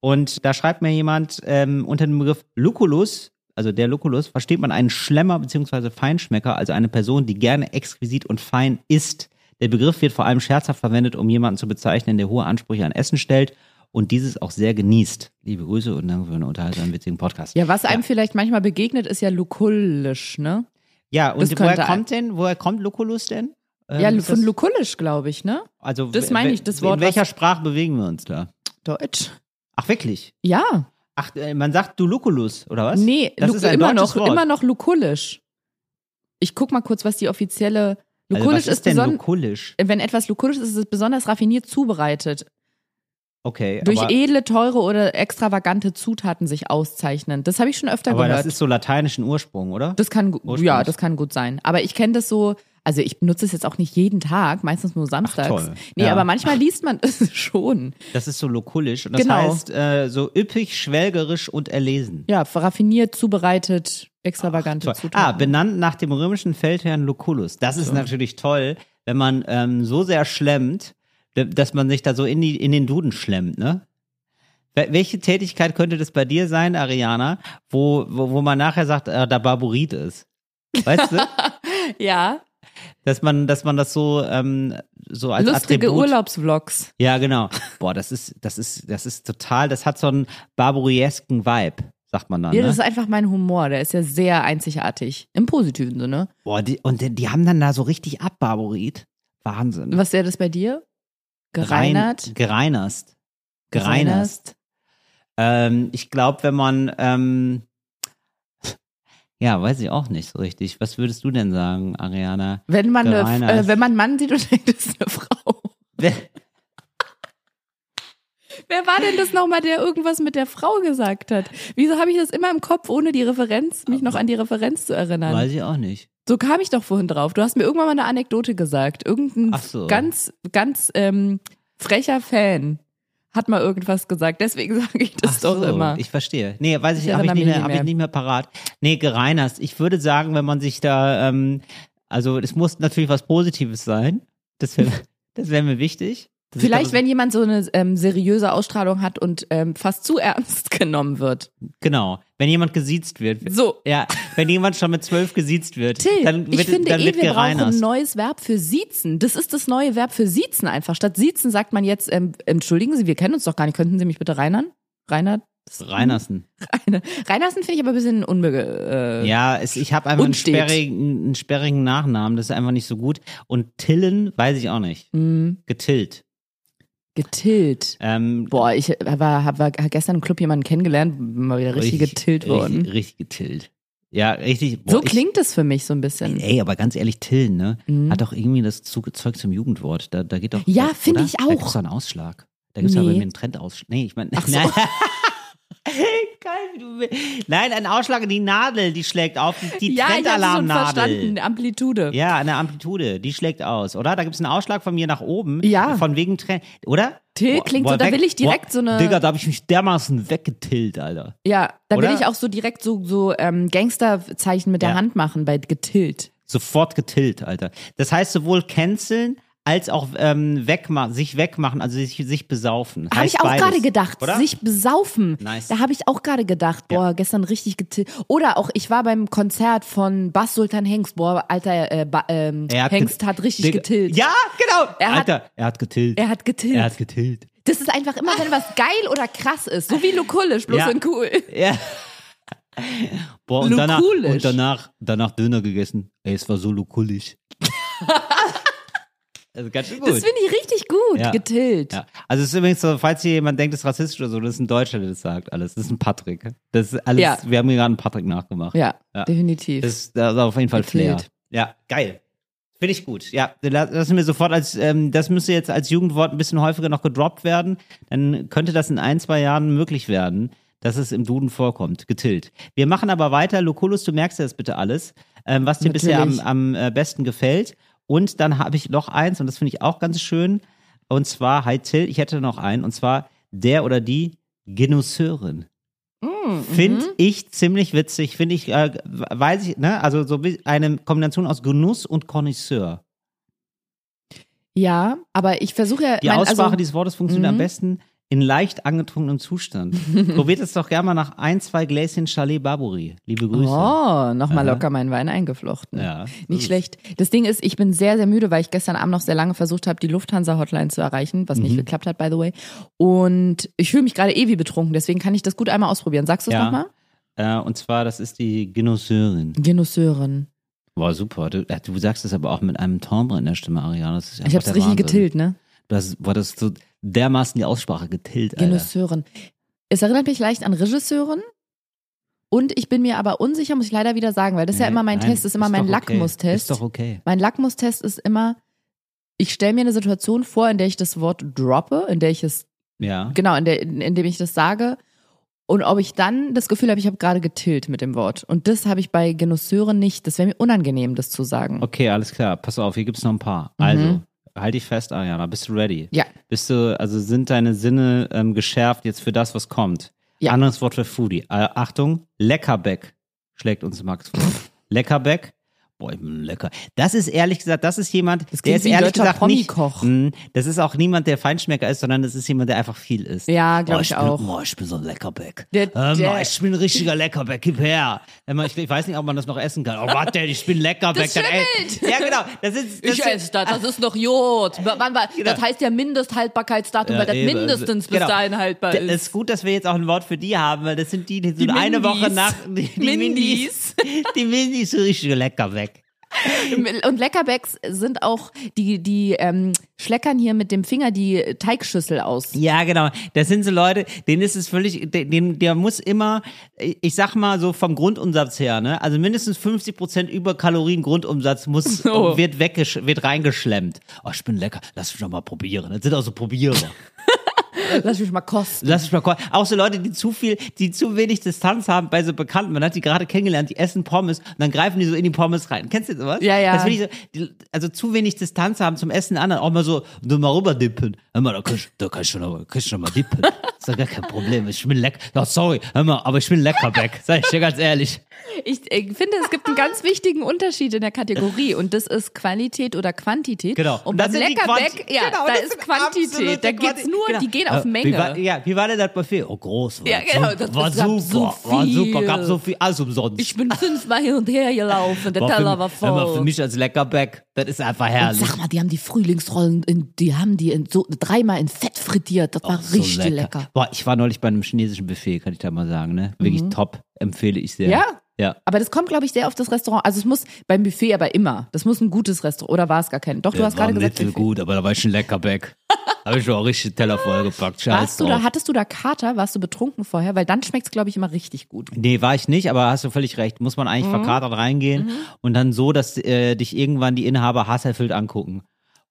S3: Und da schreibt mir jemand ähm, unter dem Begriff Lucullus also der Loculus, versteht man einen Schlemmer bzw. Feinschmecker, also eine Person, die gerne exquisit und fein isst. Der Begriff wird vor allem scherzhaft verwendet, um jemanden zu bezeichnen, der hohe Ansprüche an Essen stellt und dieses auch sehr genießt. Liebe Grüße und danke für einen unterhaltsamen, witzigen Podcast.
S2: Ja, was einem vielleicht manchmal begegnet, ist ja lukullisch, ne?
S3: Ja,
S2: Das
S3: und woher
S2: könnte ein-
S3: kommt denn, woher kommt Loculus denn? Ähm,
S2: ja,
S3: ist
S2: von
S3: das-
S2: lukullisch, glaube ich, ne?
S3: also,
S2: das
S3: we-
S2: meine
S3: we-
S2: ich, das Wort,
S3: In welcher
S2: was-
S3: Sprache bewegen wir uns da?
S2: Deutsch.
S3: Ach, wirklich?
S2: Ja,
S3: Ach, äh, man sagt du Luculus, oder was?
S2: nee,
S3: das
S2: Lu-
S3: ist ein
S2: immer
S3: deutsches
S2: noch,
S3: Wort.
S2: immer noch lukullisch. Ich guck mal kurz, was die offizielle
S3: Also,
S2: lukullisch
S3: was ist,
S2: ist,
S3: denn
S2: beson-
S3: Lukullisch?
S2: wenn etwas lukullisch ist, ist es besonders raffiniert zubereitet,
S3: Okay,
S2: durch E
S3: aber,
S2: edle, teure oder extravagante Zutaten sich auszeichnen. Das habe ich schon öfter
S3: aber
S2: gehört.
S3: das ist so lateinischen Ursprung, oder?
S2: Das kann, gu-
S3: Ursprungs-
S2: ja, das kann gut sein. Aber ich kenne das so, also ich benutze es jetzt auch nicht jeden Tag, meistens nur samstags.
S3: toll.
S2: Nee,
S3: Ja.
S2: aber manchmal liest man es schon.
S3: Das ist so lokulisch und das
S2: Genau.
S3: heißt äh, so üppig, schwelgerisch und erlesen.
S2: Ja, raffiniert, zubereitet, extravagante
S3: Toll. Ah,
S2: Zutaten.
S3: benannt nach dem römischen Feldherrn Lucullus. Das ist natürlich toll, wenn man ähm, so sehr schlemmt, d- dass man sich da so in, die, in den Duden schlemmt, ne? Wel- Welche Tätigkeit könnte das bei dir sein, Ariana, wo, wo, wo man nachher sagt, äh, da Barburit ist? Weißt du?
S2: ja,
S3: Dass man, dass man das so, ähm, so als
S2: lustige
S3: Attribut.
S2: Urlaubsvlogs.
S3: Ja, genau. Boah, das ist, das ist, das ist total, das hat so einen barbariesken Vibe, sagt man dann.
S2: Ja, das
S3: Ne?
S2: ist einfach mein Humor, der ist ja sehr einzigartig. Im positiven Sinne.
S3: Boah, die, und die, die haben dann da so richtig abbarburit. Wahnsinn.
S2: Was wäre das bei dir? Gereinert?
S3: Rein, gereinert. Gereinert. Ähm, ich glaube, wenn man, ähm, ja, weiß ich auch nicht so richtig. Was würdest du denn sagen, Ariana?
S2: Wenn man, eine,
S3: Gereinert.
S2: äh, wenn man einen Mann sieht und denkt, das ist eine Frau. Wer war denn das nochmal, der irgendwas mit der Frau gesagt hat? Wieso habe ich das immer im Kopf, ohne die Referenz, mich noch an die Referenz zu erinnern?
S3: Weiß ich auch nicht.
S2: So kam ich doch vorhin drauf. Du hast mir irgendwann mal eine Anekdote gesagt. Irgendein
S3: Ach so.
S2: ganz, ganz ähm, frecher Fan hat mal irgendwas gesagt. Deswegen sage ich das
S3: Ach
S2: doch
S3: so,
S2: immer.
S3: Ich verstehe. Nee, weiß
S2: Ich
S3: ich, habe ich,
S2: erinnere mich
S3: nicht mehr-
S2: nicht
S3: hab ich
S2: mehr.
S3: nicht mehr parat. Nee, gereinert. Ich würde sagen, wenn man sich da, ähm, also es muss natürlich was Positives sein. Das wäre das wär mir wichtig. Dass ich
S2: Vielleicht,
S3: da,
S2: wenn jemand so eine ähm, seriöse Ausstrahlung hat und ähm, fast zu ernst genommen wird.
S3: Genau. Wenn jemand gesiezt wird.
S2: So.
S3: Ja, wenn jemand schon mit zwölf gesiezt wird,
S2: Till,
S3: dann wird,
S2: ich finde
S3: dann
S2: eh,
S3: wird
S2: wir brauchen ein
S3: gereinert.
S2: neues Verb für siezen. Das ist das neue Verb für siezen einfach. Statt siezen sagt man jetzt, ähm, entschuldigen Sie, wir kennen uns doch gar nicht. Könnten Sie mich bitte reinern? Reinert?
S3: Reinersen.
S2: Reine. Reinersen finde ich aber ein bisschen unmöge. Äh,
S3: Ja, es, ich habe einfach einen
S2: Unstet.
S3: sperrigen, einen sperrigen Nachnamen, das ist einfach nicht so gut. Und Tillen weiß ich auch nicht.
S2: mh,
S3: Getillt.
S2: hm, Getillt.
S3: Ähm,
S2: Boah, ich äh, war, hab, war gestern im Club jemanden kennengelernt, bin mal wieder richtig, getillt worden.
S3: Richtig, richtig getillt. Ja, richtig.
S2: so
S3: boah, ich-
S2: klingt es für mich so ein bisschen.
S3: Ey, aber ganz ehrlich, Tillen, ne?
S2: Mhm.
S3: Hat doch irgendwie das Zu- Zeug zum Jugendwort. Da, da geht doch.
S2: Ja,
S3: oder?
S2: finde ich
S3: Da
S2: auch.
S3: gibt's doch einen Ausschlag. Da gibt's doch
S2: Nee.
S3: bei mir einen Trendausschlag. Nee, ich meine.
S2: Ach so.
S3: Nein. Geil, wie du willst. Nein, ein Ausschlag, die Nadel, die schlägt auf. Die, die
S2: ja, ich habe schon verstanden.
S3: Trendalarmnadel.
S2: Amplitude.
S3: Ja, eine Amplitude, die schlägt aus, oder? Da gibt's einen Ausschlag von mir nach oben.
S2: Ja.
S3: Von wegen Trend, oder?
S2: Till klingt so, da will ich direkt so eine-
S3: Digga, da habe ich mich dermaßen weggetillt, Alter.
S2: Ja, da
S3: Oder?
S2: will ich auch so direkt so, so ähm, Gangsterzeichen mit der
S3: Ja.
S2: Hand machen bei getillt.
S3: Sofort getillt, Alter. Das heißt sowohl canceln als auch ähm, wegma sich wegmachen, also sich, sich besaufen.
S2: Habe
S3: Heißt
S2: ich auch
S3: beides,
S2: gerade gedacht,
S3: Oder?
S2: sich besaufen.
S3: Nice.
S2: Da habe ich auch gerade gedacht, boah, gestern richtig getillt. Oder auch, ich war beim Konzert von Bass Sultan Hengst, boah, alter äh, ba, ähm,
S3: Er hat
S2: Hengst
S3: get-
S2: hat richtig
S3: Digga-
S2: getillt.
S3: Ja, genau.
S2: Er hat-
S3: Alter, er hat getillt.
S2: Er hat getillt.
S3: Er hat getillt.
S2: Das ist einfach immer, wenn was geil oder krass ist, so wie Lukullisch, bloß
S3: Ja.
S2: in cool.
S3: Ja. Boah, und danach,
S2: Lukulisch.
S3: und danach, danach Döner gegessen. Ey, es war so lukullisch. also ganz schön gut.
S2: Das finde ich richtig gut,
S3: Ja.
S2: getillt.
S3: ja. Also es ist übrigens so, falls hier jemand denkt, es ist rassistisch oder so, das ist ein Deutscher, der das sagt alles. Das ist ein Patrick. Das ist alles,
S2: Ja.
S3: wir haben hier gerade einen Patrick nachgemacht.
S2: Ja,
S3: Ja.
S2: definitiv.
S3: Das ist da ist auf jeden Fall Flair.
S2: Gezielt.
S3: Ja, geil. Finde ich gut. Ja, la- lassen wir sofort als, ähm, das müsste jetzt als Jugendwort ein bisschen häufiger noch gedroppt werden. Dann könnte das in ein, zwei Jahren möglich werden, dass es im Duden vorkommt. Getillt. Wir machen aber weiter. Lucullus, du merkst dir das bitte alles, ähm, was dir bisher am,
S2: Natürlich.
S3: am äh, besten gefällt. Und dann habe ich noch eins, und das finde ich auch ganz schön. Und zwar, hi Till, ich hätte noch einen, und zwar der oder die Genusseurin. Finde
S2: Mhm.
S3: ich ziemlich witzig. Finde ich, äh, weiß ich, ne? Also so wie eine Kombination aus Genuss und Connoisseur.
S2: ja, aber ich versuche ja.
S3: Die
S2: mein,
S3: Aussprache
S2: also,
S3: dieses Wortes funktioniert am
S2: Mhm.
S3: besten. in leicht angetrunkenem Zustand. Probiert es doch gerne mal nach ein, zwei Gläschen Chalet Barbary. Liebe Grüße.
S2: Oh, nochmal locker meinen Wein eingeflochten.
S3: Ja.
S2: Nicht schlecht. Das Ding ist, ich bin sehr, sehr müde, weil ich gestern Abend noch sehr lange versucht habe, die Lufthansa-Hotline zu erreichen, was
S3: Mhm.
S2: nicht geklappt hat, by the way. Und ich fühle mich gerade eh wie betrunken, deswegen kann ich das gut einmal ausprobieren. Sagst du es nochmal?
S3: Äh, und zwar, das ist die Genusserin.
S2: Genussseurin.
S3: War super. Du, äh, du sagst es aber auch mit einem Timbre in der Stimme, Ariana. Das ist
S2: Ich
S3: einfach
S2: habe es
S3: der
S2: richtig
S3: Wahnsinn.
S2: getilgt, ne?
S3: Du hast, boah, das ist so dermaßen die Aussprache getilgt, Alter.
S2: Genussseurin. Es erinnert mich leicht an Regisseurin. Und ich bin mir aber unsicher, muss ich leider wieder sagen, weil das ist ja
S3: Nee,
S2: immer mein
S3: nein,
S2: Test, ist immer mein
S3: doch okay.
S2: Lackmustest.
S3: Ist doch okay.
S2: Mein Lackmustest ist immer, ich stelle mir eine Situation vor, in der ich das Wort droppe, in der ich es,
S3: Ja.
S2: genau, in der, in, indem ich das sage. Und ob ich dann das Gefühl habe, ich habe gerade getillt mit dem Wort. Und das habe ich bei Genussseuren nicht. Das wäre mir unangenehm, das zu sagen.
S3: Okay, alles klar. Pass auf, hier gibt's noch ein paar.
S2: Mhm.
S3: Also, halt dich fest, Ariana. Bist du ready?
S2: Ja.
S3: Bist du, also sind deine Sinne ähm, geschärft jetzt für das, was kommt?
S2: Ja.
S3: Anderes Wort für Foodie. Äh, Achtung, Leckerbeck schlägt uns Max vor. Leckerbeck. Boah, ich bin lecker. Das ist ehrlich gesagt, das ist jemand,
S2: Das
S3: der
S2: klingt
S3: ist
S2: wie ein
S3: ehrlich
S2: deutscher
S3: gesagt nicht.
S2: Promikoch.
S3: Mh, Hm, das ist auch niemand, der Feinschmecker ist, sondern das ist jemand, der einfach viel isst.
S2: Ja, glaube
S3: Boah,
S2: ich
S3: bin,
S2: auch.
S3: Boah, ich bin so ein Leckerbeck.
S2: Der-
S3: Hör mal,
S2: der-
S3: ich bin ein richtiger Leckerbeck, gib her. Hör mal, Ich, ich weiß nicht, ob man das noch essen kann. Oh, warte, ich bin Leckerbeck.
S2: Das
S3: dann, ey.
S2: schimmelt.
S3: Ja, genau. Das ist, das
S2: Ich
S3: ist,
S2: esse das, das ist noch Jod. Wann war- Das heißt ja Mindesthaltbarkeitsdatum, weil das
S3: eben.
S2: mindestens bis
S3: Genau.
S2: dahin haltbar
S3: D-
S2: ist.
S3: Es ist gut, dass wir jetzt auch ein Wort für die haben, weil das sind die, die, so eine
S2: Mindis.
S3: Woche nach. Die, die
S2: Mindis.
S3: Mindis. Die Mindis so richtig lecker weg.
S2: Und Leckerbäcks sind auch, die, die ähm, schleckern hier mit dem Finger die Teigschüssel aus.
S3: Ja, genau. Das sind so Leute, denen ist es völlig, de- denen, der muss immer, ich sag mal so vom Grundumsatz her, ne? Also mindestens 50 Prozent über Kalorien Grundumsatz muss,
S2: Oh.
S3: wird weggesch, wird reingeschlemmt. Oh, ich bin lecker. Lass mich doch mal probieren. Das sind auch so Probierer.
S2: Lass mich mal kosten.
S3: Lass mich mal kurz. Auch so Leute, die zu viel, die zu wenig Distanz haben bei so Bekannten. Man hat die gerade kennengelernt, die essen Pommes und dann greifen die so in die Pommes rein. Kennst du sowas?
S2: Ja, ja.
S3: Das finde ich so, die, also zu wenig Distanz haben zum Essen der anderen. Auch mal so, nur mal rüber dippen. Hör mal, da kann ich, da kann ich schon, mal- kann ich schon mal dippen. Ist doch gar kein Problem. Ich bin lecker. Ja, sorry, hör mal, aber ich bin lecker weg. Sag ich dir ganz ehrlich.
S2: Ich äh, finde, es gibt einen ganz wichtigen Unterschied in der Kategorie und das ist Qualität oder Quantität.
S3: Genau.
S2: Und,
S3: Und
S2: beim
S3: das sind die
S2: Leckerbeck,
S3: Quanti-
S2: ja,
S3: Genau,
S2: da
S3: das
S2: ist
S3: sind
S2: Quantität.
S3: absolute
S2: Da geht's nur,
S3: Quanti-
S2: die gehen auf
S3: Äh, Wie war,
S2: Menge.
S3: ja, wie war denn das Buffet? Oh, groß. War,
S2: Ja,
S3: das.
S2: genau, das-
S3: war
S2: das gab
S3: super.
S2: so
S3: war
S2: viel.
S3: super. Gab so viel. Alles umsonst.
S2: Ich bin fünfmal hin und her gelaufen, der
S3: War
S2: Teller
S3: für,
S2: war
S3: hör mal, für
S2: voll.
S3: mich als Leckerback, das ist einfach
S2: Und
S3: herrlich.
S2: sag mal, die haben die Frühlingsrollen, in, die haben die in so, dreimal in Fett frittiert. Das war
S3: So
S2: richtig lecker.
S3: Boah, ich war neulich bei einem chinesischen Buffet, kann ich da mal sagen, ne? Wirklich top, empfehle ich sehr.
S2: Mhm. Ja?
S3: Ja.
S2: Aber das kommt, glaube ich, sehr auf das Restaurant. Also es muss beim Buffet aber immer. Das muss ein gutes Restaurant. Oder war es gar kein? Doch, du hast gerade gesagt,
S3: nicht so
S2: Buffet.
S3: gut, aber da war ich ein Leckerback. Habe ich auch richtig Teller vollgepackt. Scheiß
S2: Warst du
S3: drauf.
S2: da, hattest du da Kater? Warst du betrunken vorher? Weil dann schmeckt es, glaube ich, immer richtig gut.
S3: Nee, war ich nicht, aber hast du völlig recht. Muss man eigentlich
S2: Mhm.
S3: verkatert reingehen und dann so, dass äh, dich irgendwann die Inhaber hasserfüllt angucken.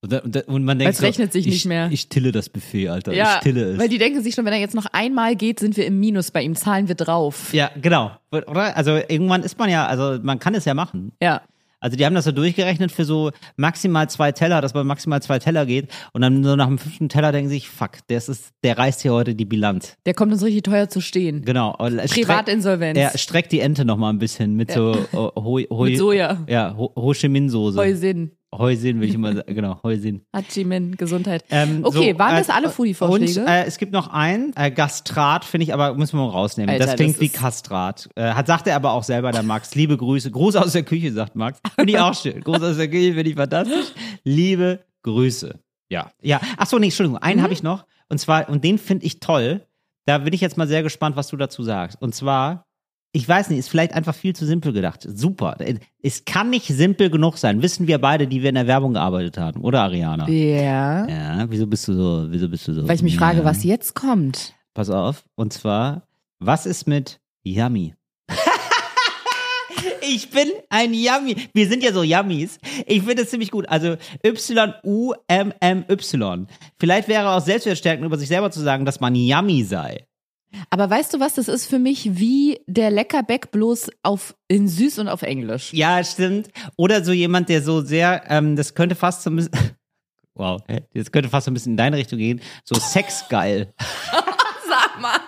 S3: Und, da, und, da, und man denkt,
S2: es rechnet
S3: so,
S2: sich
S3: ich,
S2: nicht mehr.
S3: Ich tille das Buffet, Alter. ich tille es.
S2: weil die denken sich schon, wenn er jetzt noch einmal geht, sind wir im Minus bei ihm, zahlen wir drauf.
S3: ja, genau. Oder? Also irgendwann ist man ja, also man kann es ja machen.
S2: Ja.
S3: Also die haben das so durchgerechnet für so maximal zwei Teller, dass man maximal zwei Teller geht und dann so nach dem fünften Teller denken sie sich, fuck, das ist, der reißt hier heute die Bilanz.
S2: Der kommt uns richtig teuer zu stehen.
S3: Genau. Und es streck-
S2: Privatinsolvenz.
S3: Er streckt die Ente noch mal ein bisschen mit so oh, Ho, Ho,
S2: Mit Soja.
S3: Ja, Ho, Ho Chi Minh Soße.
S2: Heusin,
S3: Heusin will ich immer sagen, genau, Heusin.
S2: Hachimin, Gesundheit.
S3: Ähm,
S2: okay,
S3: so,
S2: waren
S3: äh,
S2: das alle Foodie-Vorschläge?
S3: Und äh, es gibt noch einen, äh, Gastrat, finde ich, aber müssen wir mal rausnehmen.
S2: Alter,
S3: das klingt
S2: das
S3: wie
S2: ist-
S3: Kastrat. Äh, hat, sagt er aber auch selber, der Max. Liebe Grüße. Gruß aus der Küche, sagt Max. Finde ich auch schön. Gruß aus der Küche, finde ich fantastisch. Liebe Grüße. Ja. Ja. Ach so, nee, Entschuldigung.
S2: Mhm.
S3: Einen habe ich noch. Und zwar, und den finde ich toll. Da bin ich jetzt mal sehr gespannt, was du dazu sagst. Und zwar, ich weiß nicht, ist vielleicht einfach viel zu simpel gedacht. Super. Äh, Es kann nicht simpel genug sein. Wissen wir beide, die wir in der Werbung gearbeitet haben, oder Ariana?
S2: ja.
S3: Ja, wieso bist du so, wieso bist du so?
S2: Weil ich mich
S3: äh, Ja.
S2: frage, was jetzt kommt.
S3: Pass auf, und zwar, was ist mit Yummy? ich bin ein Yummy. Wir sind ja so Yummies. Ich finde es ziemlich gut. Also Y-U-M-M-Y. Vielleicht wäre auch selbstwertstärkend, über sich selber zu sagen, dass man Yummy sei.
S2: Aber weißt du was, das ist für mich wie der Leckerbeck bloß auf in süß und auf Englisch.
S3: Ja, stimmt. Oder so jemand, der so sehr, ähm, das könnte fast so ein bisschen, wow, das könnte fast so ein bisschen in deine Richtung gehen, so sexgeil.
S2: Sag mal.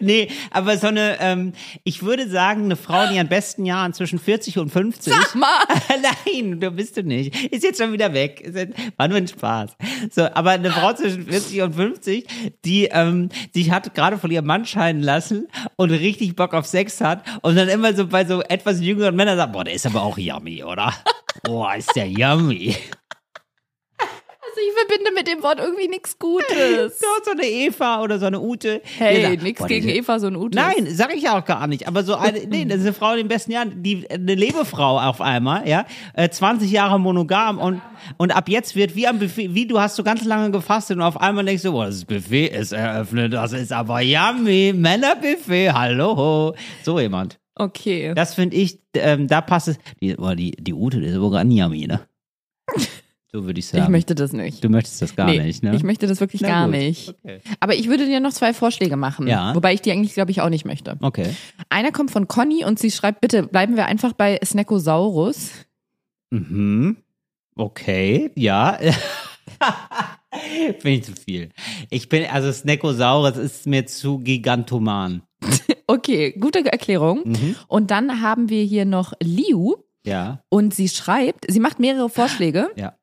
S3: nee, aber so eine, ähm, ich würde sagen, eine Frau in ihren besten Jahren zwischen 40 und 50.
S2: Sag mal.
S3: Nein, da bist du nicht. Ist jetzt schon wieder weg. Ist jetzt, war nur ein Spaß. So, aber eine Frau zwischen 40 und 50, die ähm, sich hat gerade von ihrem Mann scheiden lassen und richtig Bock auf Sex hat und dann immer so bei so etwas jüngeren Männern sagt, boah, der ist aber auch yummy, oder? Boah, ist der yummy.
S2: Also ich verbinde mit dem Wort irgendwie nichts Gutes.
S3: So, so eine Eva oder so eine Ute. Die
S2: Hey,
S3: sagt,
S2: nichts
S3: boah,
S2: gegen
S3: die-
S2: Eva, so ein Utus.
S3: Nein, sag ich ja auch gar nicht. Aber so eine, nee, das ist eine Frau in den besten Jahren, die, eine Lebefrau auf einmal, ja. Äh, 20 Jahre monogam und, und ab jetzt wird wie am Buffet, wie du hast so ganz lange gefastet und auf einmal denkst du, boah, das Buffet ist eröffnet, das ist aber yummy, Männerbuffet, hallo. So jemand.
S2: Okay.
S3: Das finde ich, ähm, da passt es. Die, boah, die, die Ute, die ist aber gar nicht yummy, ne? So würde ich sagen.
S2: Ich möchte das nicht.
S3: du möchtest das gar
S2: Nee,
S3: nicht, ne?
S2: Ich möchte das wirklich
S3: Na
S2: gar
S3: gut.
S2: nicht.
S3: Okay.
S2: Aber ich würde dir noch zwei Vorschläge machen.
S3: Ja.
S2: Wobei ich die eigentlich, glaube ich, auch nicht möchte.
S3: okay.
S2: Einer kommt von Conny und sie schreibt, bitte bleiben wir einfach bei Snackosaurus.
S3: Mhm. Okay, ja. bin ich zu viel. Ich bin, also Snackosaurus ist mir zu gigantoman.
S2: Okay, gute Erklärung.
S3: Mhm.
S2: Und dann haben wir hier noch Liu
S3: Ja,
S2: und sie schreibt, sie macht mehrere Vorschläge.
S3: ja.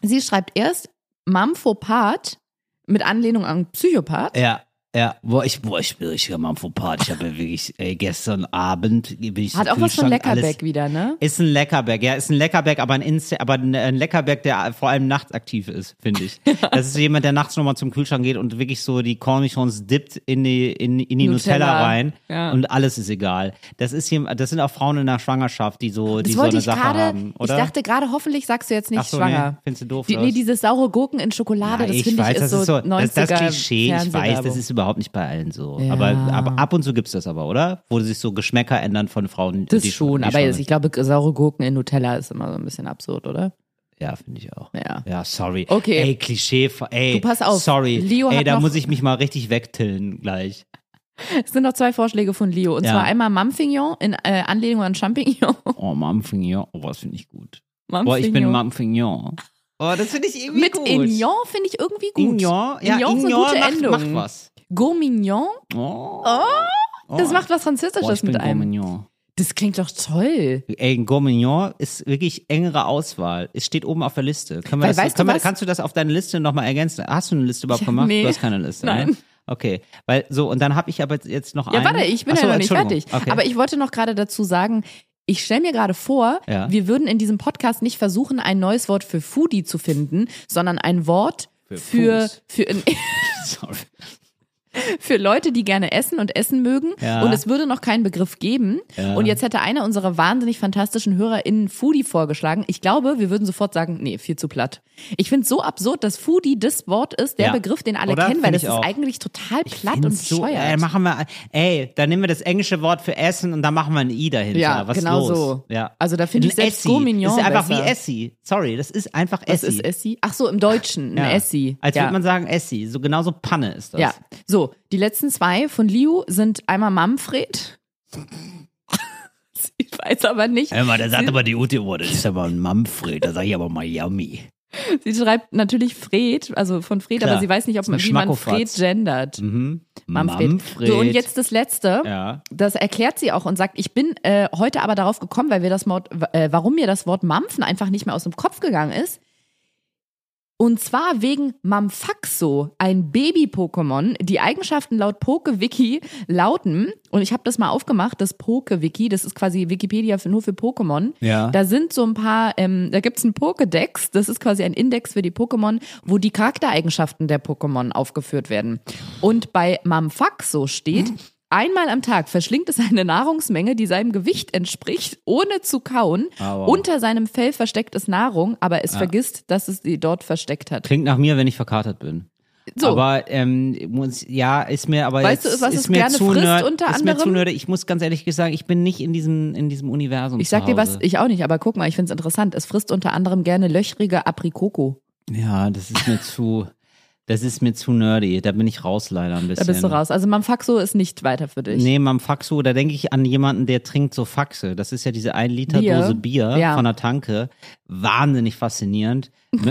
S2: Sie schreibt erst Mamphopath mit Anlehnung an Psychopath.
S3: Ja, ja. Boah, ich, boah, ich bin richtig am Fauxpas. Ich habe ja wirklich, ey, gestern Abend bin ich
S2: Hat
S3: zum
S2: auch was von
S3: Kühlschrank alles-
S2: Leckerbeck wieder, ne?
S3: Ist ein Leckerberg, ja, ist ein Leckerberg, aber ein, Insta aber ein ein Leckerberg, der vor allem nachts aktiv ist, finde ich. Das ist jemand, der nachts nochmal zum Kühlschrank geht und wirklich so die Cornichons dippt in die, in, in die Nutella,
S2: Nutella.
S3: rein
S2: Ja.
S3: und alles ist egal. Das ist jemand, das sind auch Frauen in der Schwangerschaft, die so, die
S2: Das
S3: so
S2: wollte
S3: eine
S2: ich
S3: Sache
S2: gerade,
S3: haben,
S2: ich
S3: oder?
S2: dachte gerade, hoffentlich sagst du jetzt nicht
S3: Ach so,
S2: schwanger.
S3: Nee, findest du doof?
S2: Die,
S3: oder
S2: nee,
S3: was?
S2: dieses saure Gurken in Schokolade,
S3: Ja,
S2: das finde ich, ist so, 90er
S3: das, das Klischee, ich weiß, das
S2: Fernsehwerbung.
S3: ist überhaupt nicht bei allen so.
S2: Ja.
S3: Aber, aber ab und zu gibt's das aber, oder? Wo sich so Geschmäcker ändern von Frauen.
S2: Das
S3: die,
S2: schon,
S3: die
S2: aber
S3: schwanger
S2: jetzt, ich glaube, saure Gurken in Nutella ist immer so ein bisschen absurd, oder?
S3: Ja, finde ich auch.
S2: Ja.
S3: Ja, sorry.
S2: Okay.
S3: Ey, Klischee. Ey,
S2: Du, pass auf.
S3: Sorry.
S2: Leo
S3: ey,
S2: hat
S3: da
S2: noch-
S3: muss ich mich mal richtig wegtillen gleich.
S2: Es sind noch zwei Vorschläge von Leo. Und
S3: Ja.
S2: zwar einmal Mampfignon in äh, Anlehnung an Champignon.
S3: Oh, Mampfignon. Oh, das finde ich gut.
S2: Mampfignon.
S3: Boah, ich bin Mampfignon. Oh, das finde ich irgendwie
S2: Mit
S3: gut.
S2: Ignon finde ich irgendwie gut.
S3: Ignon, ja,
S2: Ignon ist eine gute
S3: macht,
S2: Endung.
S3: macht was.
S2: Gourmignon,
S3: Oh.
S2: das macht was
S3: Boah,
S2: Französisches
S3: ich bin
S2: mit einem.
S3: Gourmignon.
S2: Das klingt doch toll.
S3: Ey, ein Gourmignon ist wirklich engere Auswahl. Es steht oben auf der Liste. Können wir
S2: Weil
S3: das,
S2: weißt du
S3: können wir,
S2: was?
S3: kannst du das auf deine Liste nochmal ergänzen? Hast du eine Liste überhaupt
S2: Ich-
S3: gemacht?
S2: nee.
S3: Du hast keine Liste. Ne?
S2: Nein.
S3: Okay, weil so und dann habe ich aber jetzt noch
S2: Ja,
S3: einen.
S2: warte, ich bin
S3: Ach so,
S2: ja noch nicht
S3: Entschuldigung.
S2: fertig.
S3: Okay.
S2: Aber ich wollte noch gerade dazu sagen, ich stelle mir gerade vor,
S3: Ja.
S2: wir würden in diesem Podcast nicht versuchen, ein neues Wort für Foodie zu finden, sondern ein Wort
S3: Für
S2: für,
S3: Fuß.
S2: für,
S3: Sorry.
S2: für Leute, die gerne essen und essen mögen.
S3: Ja.
S2: Und es würde noch keinen Begriff geben.
S3: Ja.
S2: Und jetzt hätte einer unserer wahnsinnig fantastischen HörerInnen Foodie vorgeschlagen. Ich glaube, wir würden sofort sagen, nee, viel zu platt. Ich finde es so absurd, dass Foodie das Wort ist, der
S3: Ja.
S2: Begriff, den alle
S3: Oder?
S2: kennen, weil
S3: Find
S2: das
S3: ich
S2: ist
S3: auch.
S2: eigentlich total platt und
S3: Find's so,
S2: bescheuert.
S3: Ey, machen wir, ey, dann nehmen wir das englische Wort für Essen und dann machen wir ein I dahinter.
S2: Ja,
S3: Was
S2: genau
S3: los?
S2: so.
S3: Ja.
S2: Also da finde
S3: Ein
S2: ich selbst
S3: Essi.
S2: Gourmignon
S3: Das ist einfach
S2: besser.
S3: wie Essi. Sorry, das ist einfach
S2: das
S3: Essi.
S2: ist Essi. Ach so, im Deutschen, ein
S3: Ja.
S2: Essi.
S3: Als
S2: ja.
S3: würde man sagen Essi. So genauso Panne ist das.
S2: Ja, so, die letzten zwei von Liu sind einmal Manfred. ich weiß aber nicht.
S3: Hör mal, der sagt aber die Ute, oh, das ist aber ein Manfred, da sag ich aber mal yummy.
S2: Sie schreibt natürlich Fred, also von Fred,
S3: Klar.
S2: aber sie weiß nicht, ob
S3: Ist ein
S2: man, wie man Fred
S3: Schmackofratz.
S2: gendert.
S3: Mhm.
S2: Manfred. So, und jetzt das Letzte.
S3: Ja.
S2: Das erklärt sie auch und sagt, ich bin äh, heute aber darauf gekommen, weil wir das Wort, äh, warum mir das Wort Mampfen einfach nicht mehr aus dem Kopf gegangen ist. Und zwar wegen Mamfaxo, ein Baby-Pokémon. Die Eigenschaften laut PokeWiki lauten, und ich habe das mal aufgemacht, das PokeWiki, das ist quasi Wikipedia für, nur für Pokémon.
S3: Ja.
S2: Da sind so ein paar, ähm, da gibt's einen Pokédex, das ist quasi ein Index für die Pokémon, wo die Charaktereigenschaften der Pokémon aufgeführt werden. Und bei Mamfaxo steht, einmal am Tag verschlingt es eine Nahrungsmenge, die seinem Gewicht entspricht, ohne zu kauen.
S3: Aua.
S2: Unter seinem Fell versteckt es Nahrung, aber
S3: Ah.
S2: es vergisst, dass es sie dort versteckt hat.
S3: Klingt nach mir, wenn ich verkatert bin.
S2: So.
S3: Aber ähm, muss, ja, ist mir aber
S2: Weißt
S3: jetzt,
S2: du, was
S3: ist
S2: es
S3: mir
S2: gerne
S3: zu
S2: frisst,
S3: nerd,
S2: unter
S3: ist mir zu
S2: anderem?
S3: nerd. Ich muss ganz ehrlich sagen, ich bin nicht in diesem in diesem Universum.
S2: Ich sag
S3: zu
S2: dir was,
S3: Hause.
S2: ich auch nicht, aber guck mal, ich find's interessant. Es frisst unter anderem gerne löchrige Aprikoko.
S3: Ja, das ist mir zu. Das ist mir zu nerdy. Da bin ich raus leider ein
S2: Da
S3: bisschen.
S2: bist du raus. Also Mamfaxo ist nicht weiter für dich.
S3: Nee, Mam Faxo, da denke ich an jemanden, der trinkt so Faxe. Das ist ja diese 1 Liter
S2: Bier.
S3: Dose Bier
S2: Ja.
S3: von der Tanke. Wahnsinnig faszinierend.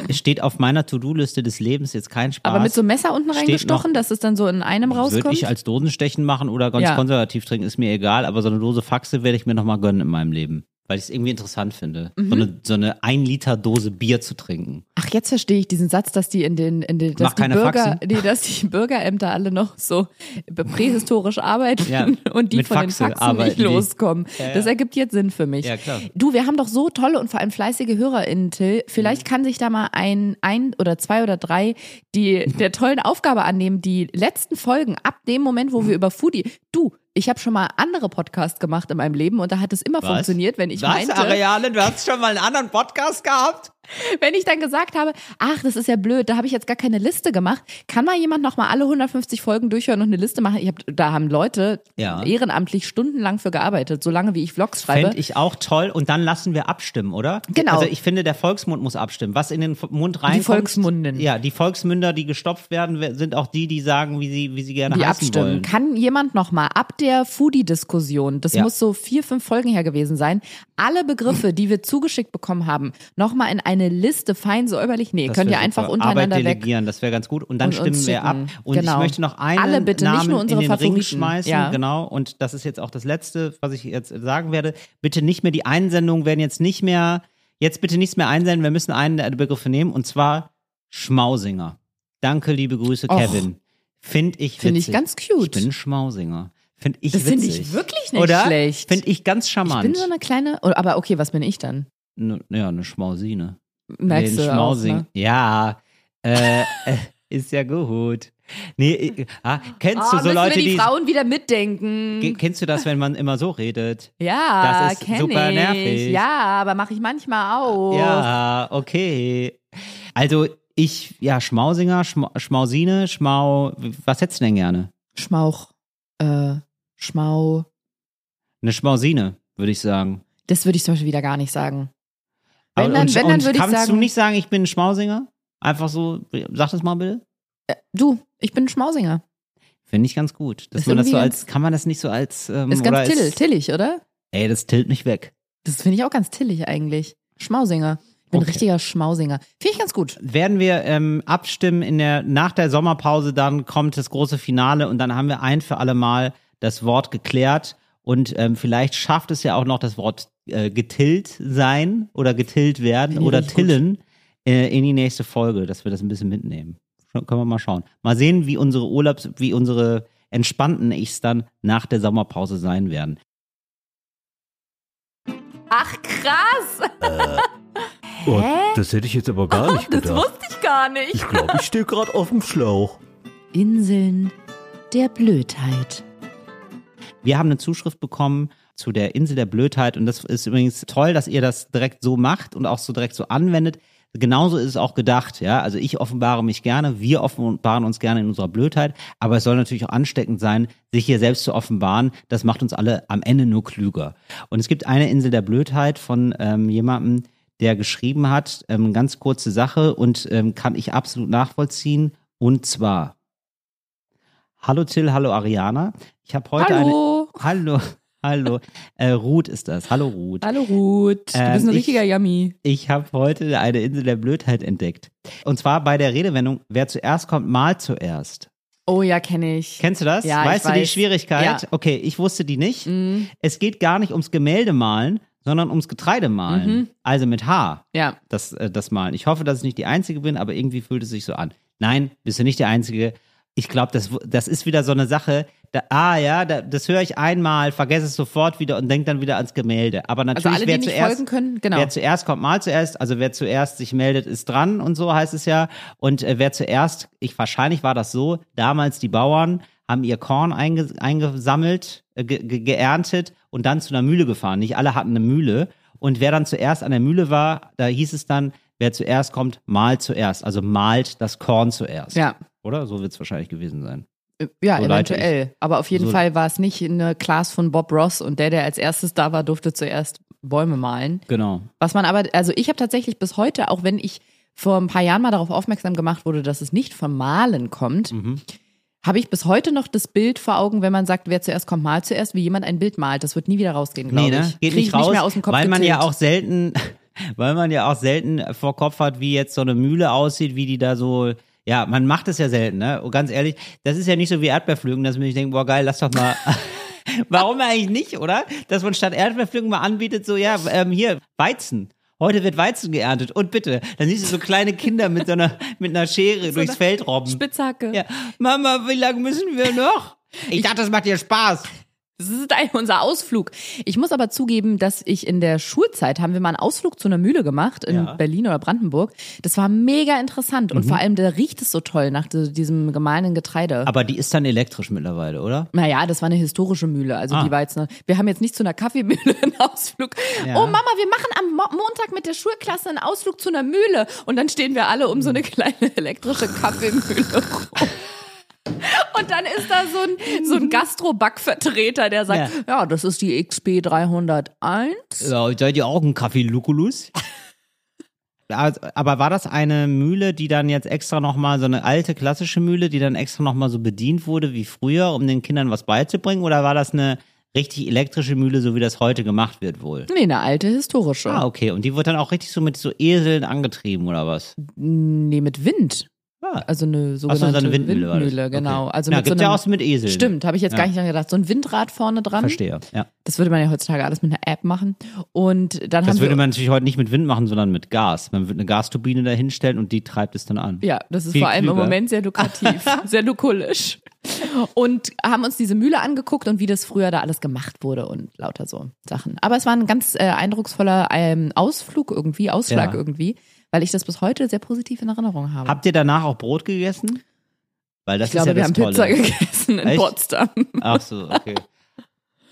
S3: Steht auf meiner To-Do-Liste des Lebens jetzt kein Spaß.
S2: Aber mit so einem Messer unten
S3: Steht
S2: reingestochen, dass es dann so in einem
S3: Würde
S2: rauskommt?
S3: ich als Dosenstechen machen oder ganz
S2: Ja.
S3: konservativ trinken, ist mir egal, aber so eine Dose Faxe werde ich mir nochmal gönnen in meinem Leben. Weil ich es irgendwie interessant finde,
S2: Mhm.
S3: so, eine, so eine 1 Liter Dose Bier zu trinken.
S2: Ach, jetzt verstehe ich diesen Satz, dass die in den, in den dass
S3: Mach
S2: die
S3: keine
S2: Bürger,
S3: Faxen.
S2: nee, dass die Bürgerämter alle noch so prähistorisch arbeiten
S3: Ja,
S2: und die
S3: mit
S2: von
S3: Faxe
S2: den Faxen
S3: arbeiten
S2: nicht
S3: die.
S2: loskommen.
S3: Ja, ja.
S2: Das ergibt jetzt Sinn für mich.
S3: Ja, klar.
S2: Du, wir haben doch so tolle und vor allem fleißige HörerInnen, Till. Vielleicht
S3: Mhm.
S2: kann sich da mal ein, ein oder zwei oder drei die der tollen Aufgabe annehmen, die letzten Folgen ab dem Moment, wo wir über Foodie, du, ich habe schon mal andere Podcasts gemacht in meinem Leben und da hat es immer
S3: Was?
S2: funktioniert, wenn ich
S3: Was,
S2: meinte,
S3: Ariane, du hast schon mal einen anderen Podcast gehabt?
S2: wenn ich dann gesagt habe, ach, das ist ja blöd, da habe ich jetzt gar keine Liste gemacht, kann mal jemand nochmal alle 150 Folgen durchhören und eine Liste machen? Ich hab, da haben Leute
S3: Ja.
S2: ehrenamtlich stundenlang für gearbeitet, so lange wie ich Vlogs schreibe.
S3: Fände ich auch toll und dann lassen wir abstimmen, oder?
S2: Genau.
S3: Also ich finde, der Volksmund muss abstimmen. Was in den F- Mund reinkommt.
S2: Volksmunden.
S3: Ja, die Volksmünder, die gestopft werden, wer- sind auch die, die sagen, wie sie, wie sie gerne
S2: die
S3: heißen
S2: abstimmen.
S3: wollen.
S2: Kann jemand nochmal ab der Foodie-Diskussion, das
S3: Ja.
S2: muss so vier, fünf Folgen her gewesen sein, alle Begriffe, die wir zugeschickt bekommen haben, nochmal in eine Liste fein säuberlich? Nee,
S3: Das
S2: könnt ihr
S3: wär
S2: einfach
S3: super.
S2: untereinander
S3: Arbeit
S2: weg.
S3: delegieren, das wäre ganz gut. Und dann
S2: Und uns
S3: stimmen wir ab.
S2: schicken.
S3: Und
S2: Genau.
S3: ich möchte noch einen
S2: Alle bitte, nicht
S3: Namen
S2: nur unsere
S3: in den
S2: Favoriten.
S3: Ring schmeißen.
S2: Ja.
S3: Genau. Und das ist jetzt auch das Letzte, was ich jetzt sagen werde. Bitte nicht mehr die Einsendungen werden jetzt nicht mehr, jetzt bitte nichts mehr einsenden. Wir müssen einen der Begriffe nehmen und zwar Schmausinger. Danke, liebe Grüße,
S2: Och.
S3: Kevin. Finde ich witzig.
S2: Finde ich ganz cute.
S3: Ich bin ein Schmausinger. Finde ich
S2: Das
S3: witzig.
S2: finde ich wirklich nicht
S3: Oder?
S2: schlecht.
S3: Finde ich ganz
S2: ich
S3: charmant.
S2: bin so eine kleine, oh, aber okay, was bin ich dann?
S3: Ne- ja, eine Schmausine.
S2: Merkst
S3: den
S2: du auch,
S3: Schmausing.
S2: ne?
S3: Ja, äh, äh, ist ja gut. Nee, äh, ah, kennst
S2: Ah,
S3: du so
S2: müssen
S3: Leute,
S2: wir die,
S3: die.
S2: Frauen wieder mitdenken.
S3: Ge- Kennst du das, wenn man immer so redet?
S2: ja,
S3: das ist
S2: kenn
S3: super
S2: ich.
S3: nervig.
S2: Ja, aber mache ich manchmal auch.
S3: Ja, okay. Also ich, ja, Schmausinger, Schma Schmausine, Schmau. Was hättest du denn gerne?
S2: Schmauch. Äh, Schmau.
S3: Eine Schmausine, würde ich sagen.
S2: Das würde ich zum Beispiel wieder gar nicht sagen. Wenn
S3: Aber-
S2: dann-
S3: und,
S2: wenn dann
S3: und
S2: würde ich
S3: kannst du
S2: sagen-
S3: nicht sagen, ich bin ein Schmausinger? Einfach so, sag das mal bitte.
S2: Du, ich bin ein Schmausinger.
S3: Finde ich ganz gut. Dass
S2: Ist
S3: man das so
S2: irgendwie
S3: als, kann man das nicht so als. Ähm,
S2: Ist
S3: oder
S2: ganz till,
S3: als,
S2: tillig, oder?
S3: Ey, das tilt mich weg.
S2: Das finde ich auch ganz tillig eigentlich. Schmausinger. Ich bin ein
S3: Okay.
S2: richtiger Schmausinger. Finde ich ganz gut.
S3: werden wir ähm, abstimmen in der nach der Sommerpause dann kommt das große Finale und dann haben wir ein für alle Mal das Wort geklärt und ähm, vielleicht schafft es ja auch noch das Wort äh, getillt sein oder getillt werden
S2: Finde ich
S3: oder
S2: richtig gut.
S3: tillen äh, in die nächste Folge, dass wir das ein bisschen mitnehmen. Schon, können wir mal schauen. Mal sehen, wie unsere Urlaubs, wie unsere entspannten Ichs dann nach der Sommerpause sein werden.
S2: Ach, krass.
S5: Oh, das hätte ich jetzt aber gar nicht
S2: Das
S5: gedacht.
S2: wusste ich gar nicht.
S5: Ich glaube, ich stehe gerade auf dem Schlauch.
S2: Inseln der Blödheit.
S3: Wir haben eine Zuschrift bekommen zu der Insel der Blödheit und das ist übrigens toll, dass ihr das direkt so macht und auch so direkt so anwendet. Genauso ist es auch gedacht, ja. Also ich offenbare mich gerne, wir offenbaren uns gerne in unserer Blödheit, aber es soll natürlich auch ansteckend sein, sich hier selbst zu offenbaren. Das macht uns alle am Ende nur klüger. Und es gibt eine Insel der Blödheit von ähm, jemandem, der geschrieben hat, ähm, ganz kurze Sache und ähm, kann ich absolut nachvollziehen. Und zwar, hallo Till, hallo Ariana. Ich habe heute eine
S2: Hallo.
S3: Hallo, hallo. Äh, Ruth ist das. Hallo, Ruth.
S2: Hallo Ruth. Du
S3: Ähm,
S2: bist ein
S3: ich-
S2: richtiger Yummy.
S3: Ich habe heute eine Insel der Blödheit entdeckt. Und zwar bei der Redewendung, wer zuerst kommt, mal zuerst.
S2: Oh ja, kenne ich.
S3: Kennst du das?
S2: Ja, ich
S3: weißt du die
S2: weiß.
S3: Schwierigkeit?
S2: Ja.
S3: Okay, ich wusste die nicht.
S2: Mhm.
S3: Es geht gar nicht ums Gemäldemalen, sondern ums Getreidemalen.
S2: Mhm.
S3: Also mit H,
S2: Ja.
S3: das, äh, das Malen. Ich hoffe, dass ich nicht die Einzige bin, aber irgendwie fühlt es sich so an. Nein, bist du nicht die Einzige. Ich glaube, das, wu- das ist wieder so eine Sache. Da, ah ja, da, das höre ich einmal, vergesse es sofort wieder und denk dann wieder ans Gemälde. Aber natürlich,
S2: Also alle,
S3: wer
S2: die nicht
S3: zuerst
S2: folgen können, genau.
S3: Wer zuerst kommt, mal zuerst. Also wer zuerst sich meldet, ist dran und so heißt es ja. Und äh, wer zuerst, ich wahrscheinlich war das so, damals die Bauern haben ihr Korn einge eingesammelt, äh, ge ge geerntet und dann zu einer Mühle gefahren. Nicht alle hatten eine Mühle. Und wer dann zuerst an der Mühle war, da hieß es dann, wer zuerst kommt, mal zuerst. Also malt das Korn zuerst.
S2: ja.
S3: Oder? So wird es wahrscheinlich gewesen sein.
S2: Ja,
S3: So leite
S2: eventuell. Aber auf jeden
S3: so-
S2: Fall war es nicht eine Class von Bob Ross und der, der als erstes da war, durfte zuerst Bäume malen.
S3: Genau.
S2: Was man aber, also ich habe tatsächlich bis heute, auch wenn ich vor ein paar Jahren mal darauf aufmerksam gemacht wurde, dass es nicht vom Malen kommt,
S3: Mhm.
S2: habe ich bis heute noch das Bild vor Augen, wenn man sagt, wer zuerst kommt, malt zuerst, wie jemand ein Bild malt. Das wird nie wieder rausgehen, glaube
S3: Nee, ne?
S2: ich.
S3: Geht
S2: Krieg
S3: nicht
S2: ich
S3: raus,
S2: nicht mehr aus dem Kopf
S3: weil man ja
S2: getilgt.
S3: auch selten, weil man ja auch selten vor Kopf hat, wie jetzt so eine Mühle aussieht, wie die da so. Ja, man macht es ja selten, ne? Und ganz ehrlich, das ist ja nicht so wie Erdbeerflügen, dass man sich denkt, boah geil, lass doch mal. Warum eigentlich nicht, oder? Dass man statt Erdbeerflügen mal anbietet, so ja, ähm, hier Weizen. Heute wird Weizen geerntet und bitte, dann siehst du so kleine Kinder mit so einer mit einer Schere durchs
S2: einer
S3: Feld robben.
S2: Spitzhacke.
S3: Ja, Mama, wie lange müssen wir noch? Ich dachte, das macht dir Spaß.
S2: Das ist ein, unser Ausflug. Ich muss aber zugeben, dass ich in der Schulzeit haben wir mal einen Ausflug zu einer Mühle gemacht in
S3: Ja.
S2: Berlin oder Brandenburg. Das war mega interessant und vor allem da riecht es so toll nach di- diesem gemahlenen Getreide.
S3: Aber die ist dann elektrisch mittlerweile, oder?
S2: Naja, das war eine historische Mühle. Also
S3: Ah.
S2: die war jetzt eine, Wir haben jetzt nicht zu einer Kaffeemühle einen Ausflug.
S3: Ja.
S2: Oh Mama, wir machen am Mo Montag mit der Schulklasse einen Ausflug zu einer Mühle. Und dann stehen wir alle um so
S3: Hm.
S2: eine kleine elektrische Kaffeemühle rum. Und dann ist da so ein, so ein Gastrobackvertreter, der sagt, ja. das ist die XP 301.
S3: Ja, seid ihr auch ein Kaffee Lukulus? Also, Aber war das eine Mühle, die dann jetzt extra nochmal, so eine alte klassische Mühle, die dann extra nochmal so bedient wurde wie früher, um den Kindern was beizubringen? Oder war das eine richtig elektrische Mühle, so wie das heute gemacht wird wohl?
S2: Nee, eine alte historische.
S3: Ah, okay. Und die wird dann auch richtig so mit so Eseln angetrieben oder was?
S2: Nee, mit Wind.
S3: Ah.
S2: Also eine
S3: Ach so,
S2: sogenannte
S3: so eine Windmühle, war das.
S2: Windmühle, genau.
S3: Okay.
S2: Also
S3: Na,
S2: mit
S3: gibt
S2: so
S3: ja
S2: einem,
S3: auch so mit Eseln.
S2: Stimmt, habe ich jetzt
S3: Ja.
S2: gar nicht dran gedacht. So ein Windrad vorne dran.
S3: Verstehe, ja.
S2: Das würde man ja heutzutage alles mit einer App machen. Und dann
S3: Das
S2: haben wir,
S3: würde man natürlich heute nicht mit Wind machen, sondern mit Gas. Man würde eine Gasturbine da hinstellen und die treibt es dann an.
S2: ja, das ist
S3: Viel
S2: vor allem im
S3: klüger.
S2: Moment sehr lukrativ, sehr lukulisch. Und haben uns diese Mühle angeguckt und wie das früher da alles gemacht wurde und lauter so Sachen. Aber es war ein ganz äh, eindrucksvoller ähm, Ausflug irgendwie, Ausschlag
S3: Ja.
S2: irgendwie, weil ich das bis heute sehr positiv in Erinnerung habe.
S3: Habt ihr danach auch Brot gegessen? Weil das
S2: ich glaube,
S3: ist
S2: wir
S3: ja
S2: haben
S3: das Tolle.
S2: Pizza gegessen in
S3: Echt?
S2: Potsdam.
S3: Ach so, okay.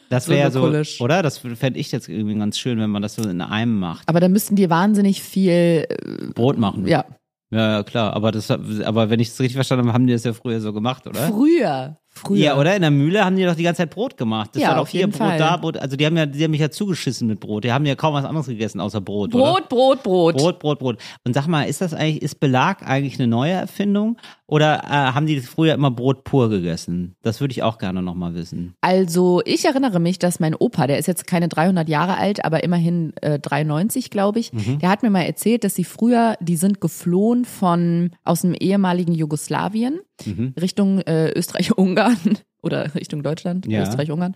S3: Das
S2: So
S3: wäre so,
S2: lukulisch.
S3: oder? Das fände ich jetzt irgendwie ganz schön, wenn man das so in einem macht.
S2: Aber da müssten die wahnsinnig viel, äh,
S3: Brot machen.
S2: ja,
S3: Ja, ja, klar. Aber, das, aber wenn ich es richtig verstanden habe, haben die das ja früher so gemacht, oder?
S2: früher, früher.
S3: Ja, oder? In der Mühle haben die doch die ganze Zeit Brot gemacht. Das
S2: Ja,
S3: war doch
S2: auf
S3: hier
S2: jeden
S3: Brot
S2: Fall.
S3: da, Brot. Also die haben ja, die haben mich ja zugeschissen mit Brot. Die haben ja kaum was anderes gegessen außer Brot. oder?
S2: Brot, Brot, Brot.
S3: Brot, Brot, Brot. Und sag mal, ist das eigentlich, ist Belag eigentlich eine neue Erfindung? Oder äh, haben die früher immer Brot pur gegessen? Das würde ich auch gerne nochmal wissen.
S2: Also ich erinnere mich, dass mein Opa, der ist jetzt keine 300 Jahre alt, aber immerhin äh, 93, glaube ich,
S3: Mhm.
S2: der hat mir mal erzählt, dass sie früher, die sind geflohen von aus dem ehemaligen Jugoslawien Richtung äh, Österreich-Ungarn oder Richtung Deutschland,
S3: Ja.
S2: Österreich-Ungarn.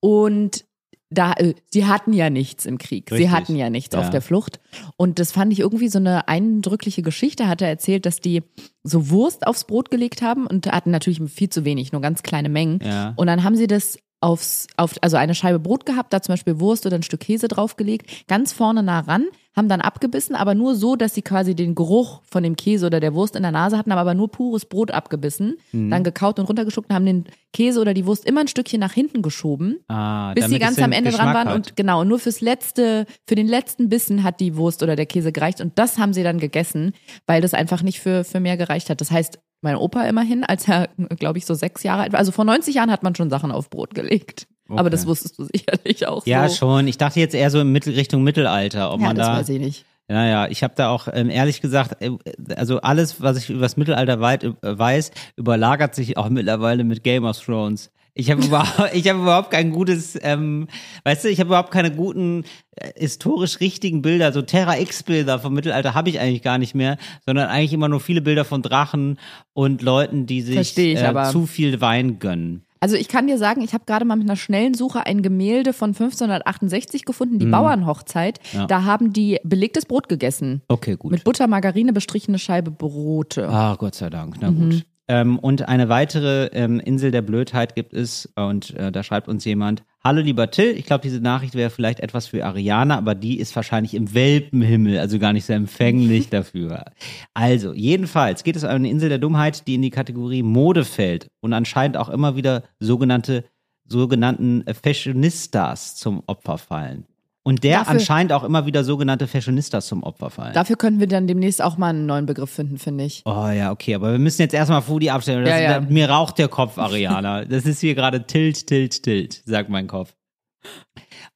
S2: Und da, äh, sie hatten ja nichts im Krieg.
S3: Richtig.
S2: Sie hatten ja nichts auf
S3: Ja.
S2: der Flucht. Und das fand ich irgendwie so eine eindrückliche Geschichte. Hat er erzählt, dass die so Wurst aufs Brot gelegt haben und hatten natürlich viel zu wenig, nur ganz kleine Mengen.
S3: Ja.
S2: Und dann haben sie das aufs, auf, also eine Scheibe Brot gehabt, da zum Beispiel Wurst oder ein Stück Käse draufgelegt, ganz vorne nah ran, haben dann abgebissen, aber nur so, dass sie quasi den Geruch von dem Käse oder der Wurst in der Nase hatten, haben aber nur pures Brot abgebissen, dann gekaut und runtergeschluckt und haben den Käse oder die Wurst immer ein Stückchen nach hinten geschoben,
S3: Ah,
S2: bis sie
S3: damit es
S2: ganz
S3: den
S2: am Ende
S3: Geschmack
S2: dran waren
S3: hat.
S2: und genau, nur fürs letzte, für den letzten Bissen hat die Wurst oder der Käse gereicht und das haben sie dann gegessen, weil das einfach nicht für, für mehr gereicht hat. Das heißt, mein Opa immerhin, als er, glaube ich, so sechs Jahre alt war, also vor 90 Jahren hat man schon Sachen auf Brot gelegt. Aber
S3: Okay.
S2: das wusstest du sicherlich auch
S3: Ja,
S2: so.
S3: schon. Ich dachte jetzt eher so in Mittel Richtung Mittelalter, ob
S2: ja,
S3: man
S2: das
S3: da.
S2: weiß ich nicht.
S3: Naja, ich habe da auch ähm, ehrlich gesagt, äh, also alles, was ich über das Mittelalter weit, äh, weiß, überlagert sich auch mittlerweile mit Game of Thrones. Ich habe überhaupt, ich habe überhaupt kein gutes, ähm, weißt du, ich habe überhaupt keine guten äh, historisch richtigen Bilder, so Terra X Bilder vom Mittelalter habe ich eigentlich gar nicht mehr, sondern eigentlich immer nur viele Bilder von Drachen und Leuten, die sich äh,
S2: Versteh ich, aber-
S3: zu viel Wein gönnen.
S2: Also ich kann dir sagen, ich habe gerade mal mit einer schnellen Suche ein Gemälde von 1568 gefunden,
S3: Mhm.
S2: die Bauernhochzeit. Da haben die belegtes Brot gegessen.
S3: Okay, gut.
S2: Mit Butter, Margarine, bestrichene Scheibe Brote.
S3: Ah, Gott sei Dank, na gut. Ähm, und eine weitere ähm, Insel der Blödheit gibt es, und äh, da schreibt uns jemand: Hallo, lieber Till, ich glaube, diese Nachricht wäre vielleicht etwas für Ariana, aber die ist wahrscheinlich im Welpenhimmel, also gar nicht so empfänglich dafür. Also, jedenfalls geht es um eine Insel der Dummheit, die in die Kategorie Mode fällt und anscheinend auch immer wieder sogenannte sogenannten Fashionistas zum Opfer fallen. Und der
S2: Dafür-
S3: anscheinend auch immer wieder sogenannte Fashionistas zum Opfer fallen.
S2: Dafür können wir dann demnächst auch mal einen neuen Begriff finden, finde ich.
S3: Oh ja, okay, aber wir müssen jetzt erstmal Foodie abstellen. Das,
S2: Ja, ja.
S3: Das, mir raucht der Kopf, Ariana. Das ist hier gerade tilt, tilt, tilt, sagt mein Kopf.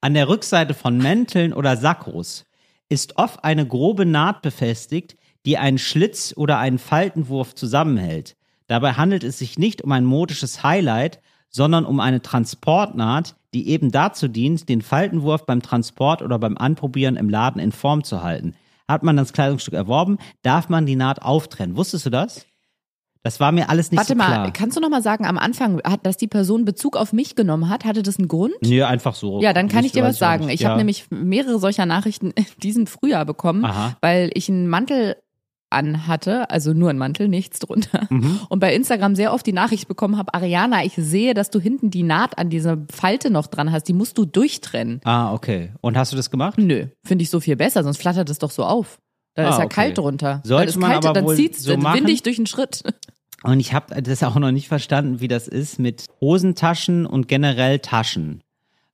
S3: An der Rückseite von Mänteln oder Sakkos ist oft eine grobe Naht befestigt, die einen Schlitz oder einen Faltenwurf zusammenhält. Dabei handelt es sich nicht um ein modisches Highlight, sondern um eine Transportnaht, die eben dazu dient, den Faltenwurf beim Transport oder beim Anprobieren im Laden in Form zu halten. Hat man das Kleidungsstück erworben, darf man die Naht auftrennen. Wusstest du das? Das war mir alles nicht
S2: Warte
S3: so
S2: mal,
S3: klar.
S2: kannst du noch mal sagen, am Anfang, hat, dass die Person Bezug auf mich genommen hat, hatte das einen Grund?
S3: Nee, einfach so.
S2: Ja, dann kann ich
S3: Wusste,
S2: dir
S3: weiß
S2: was sagen.
S3: auch
S2: Ich
S3: nicht.
S2: habe nämlich mehrere solcher Nachrichten in diesem Frühjahr bekommen,
S3: Aha.
S2: weil ich einen Mantel anhatte, also nur einen Mantel, nichts drunter.
S3: Mhm.
S2: Und bei Instagram sehr oft die Nachricht bekommen habe, Ariana, ich sehe, dass du hinten die Naht an dieser Falte noch dran hast, die musst du durchtrennen.
S3: Ah, okay. Und hast du das gemacht?
S2: Nö, finde ich so viel besser, sonst flattert es doch so auf. Da
S3: Ah,
S2: ist ja
S3: okay.
S2: kalt drunter.
S3: Sollte
S2: dann ist
S3: man
S2: kalt,
S3: aber
S2: dann
S3: wohl
S2: zieht's
S3: so
S2: dann
S3: machen?
S2: windig durch den Schritt.
S3: Und ich habe das auch noch nicht verstanden, wie das ist mit Hosentaschen und generell Taschen.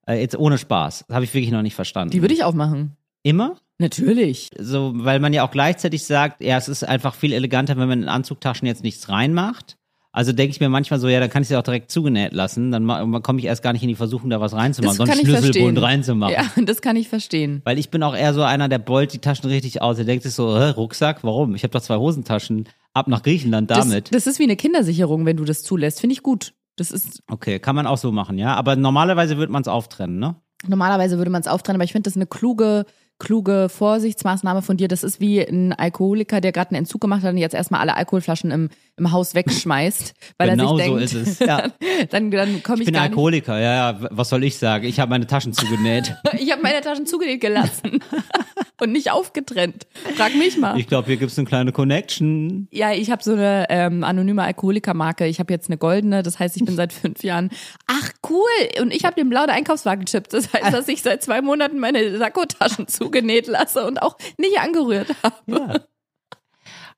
S3: Äh, jetzt ohne Spaß. Das habe ich wirklich noch nicht verstanden.
S2: Die würde ich aufmachen.
S3: immer?
S2: Natürlich.
S3: So, weil man ja auch gleichzeitig sagt, ja, es ist einfach viel eleganter, wenn man in Anzugtaschen jetzt nichts reinmacht. Also denke ich mir manchmal so, ja, dann kann ich sie auch direkt zugenäht lassen. Dann komme ich erst gar nicht in die Versuchung, da was
S2: Das
S3: reinzumachen, sonst
S2: kann ich verstehen.
S3: Schlüsselbund reinzumachen.
S2: Ja, das kann ich verstehen.
S3: Weil ich bin auch eher so einer, der bollt die Taschen richtig aus. Der denkt sich so, hä, Rucksack, warum? Ich habe doch zwei Hosentaschen. Ab nach Griechenland damit.
S2: Das, das ist wie eine Kindersicherung, wenn du das zulässt. Finde ich gut. Das ist
S3: okay, kann man auch so machen, ja. Aber normalerweise wird man es auftrennen, ne?
S2: normalerweise würde man es auftrennen, aber ich finde das eine kluge, kluge Vorsichtsmaßnahme von dir. Das ist wie ein Alkoholiker, der gerade einen Entzug gemacht hat und jetzt erstmal alle Alkoholflaschen im, im Haus wegschmeißt, weil
S3: genau
S2: er sich
S3: so
S2: denkt,
S3: ist es. Ja.
S2: dann, dann komme
S3: Ich
S2: ich,
S3: bin
S2: gar
S3: Alkoholiker, ja, ja. w- Was soll ich sagen? Ich habe meine Taschen zugenäht.
S2: nicht. Ich habe meine Taschen zugelegt gelassen und nicht aufgetrennt. Frag mich mal.
S3: Ich glaube, hier gibt's eine kleine Connection.
S2: Ja, ich habe so eine ähm, anonyme Alkoholikermarke. Ich habe jetzt eine goldene, das heißt, ich bin seit fünf Jahren. Ach cool! Und ich habe den blauen Einkaufswagenchip. Das heißt, dass ich seit zwei Monaten meine Sakkotaschen zugenäht lasse und auch nicht angerührt habe.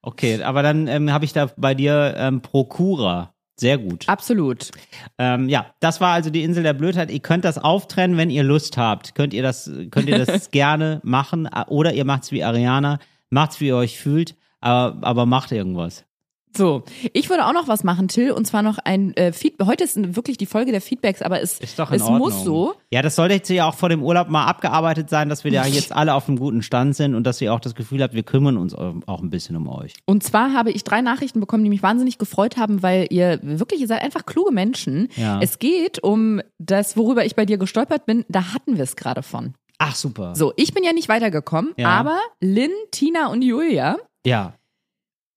S3: Okay, aber dann ähm, habe ich da bei dir ähm, Prokura. Sehr gut.
S2: Ah. Absolut.
S3: Ähm, ja, das war also die Insel der Blödheit. Ihr könnt das auftrennen, wenn ihr Lust habt. Könnt ihr das, könnt ihr das gerne machen. a- Oder ihr macht's wie Ariana, macht's wie ihr euch fühlt, aber, aber macht irgendwas.
S2: So, ich würde auch noch was machen, Till, und zwar noch ein äh, Feedback. Heute ist wirklich die Folge der Feedbacks, aber es,
S3: Ist doch in
S2: es
S3: Ordnung.
S2: muss so.
S3: Ja, das sollte jetzt ja auch vor dem Urlaub mal abgearbeitet sein, dass wir da jetzt alle auf einem guten Stand sind und dass ihr auch das Gefühl habt, wir kümmern uns eu- auch ein bisschen um euch.
S2: Und zwar habe ich drei Nachrichten bekommen, die mich wahnsinnig gefreut haben, weil ihr wirklich, ihr seid einfach kluge Menschen.
S3: Ja.
S2: Es geht um das, worüber ich bei dir gestolpert bin. Da hatten wir es gerade von.
S3: Ach, super.
S2: So, ich bin ja nicht weitergekommen,
S3: Ja.
S2: aber Lynn, Tina und Julia.
S3: Ja.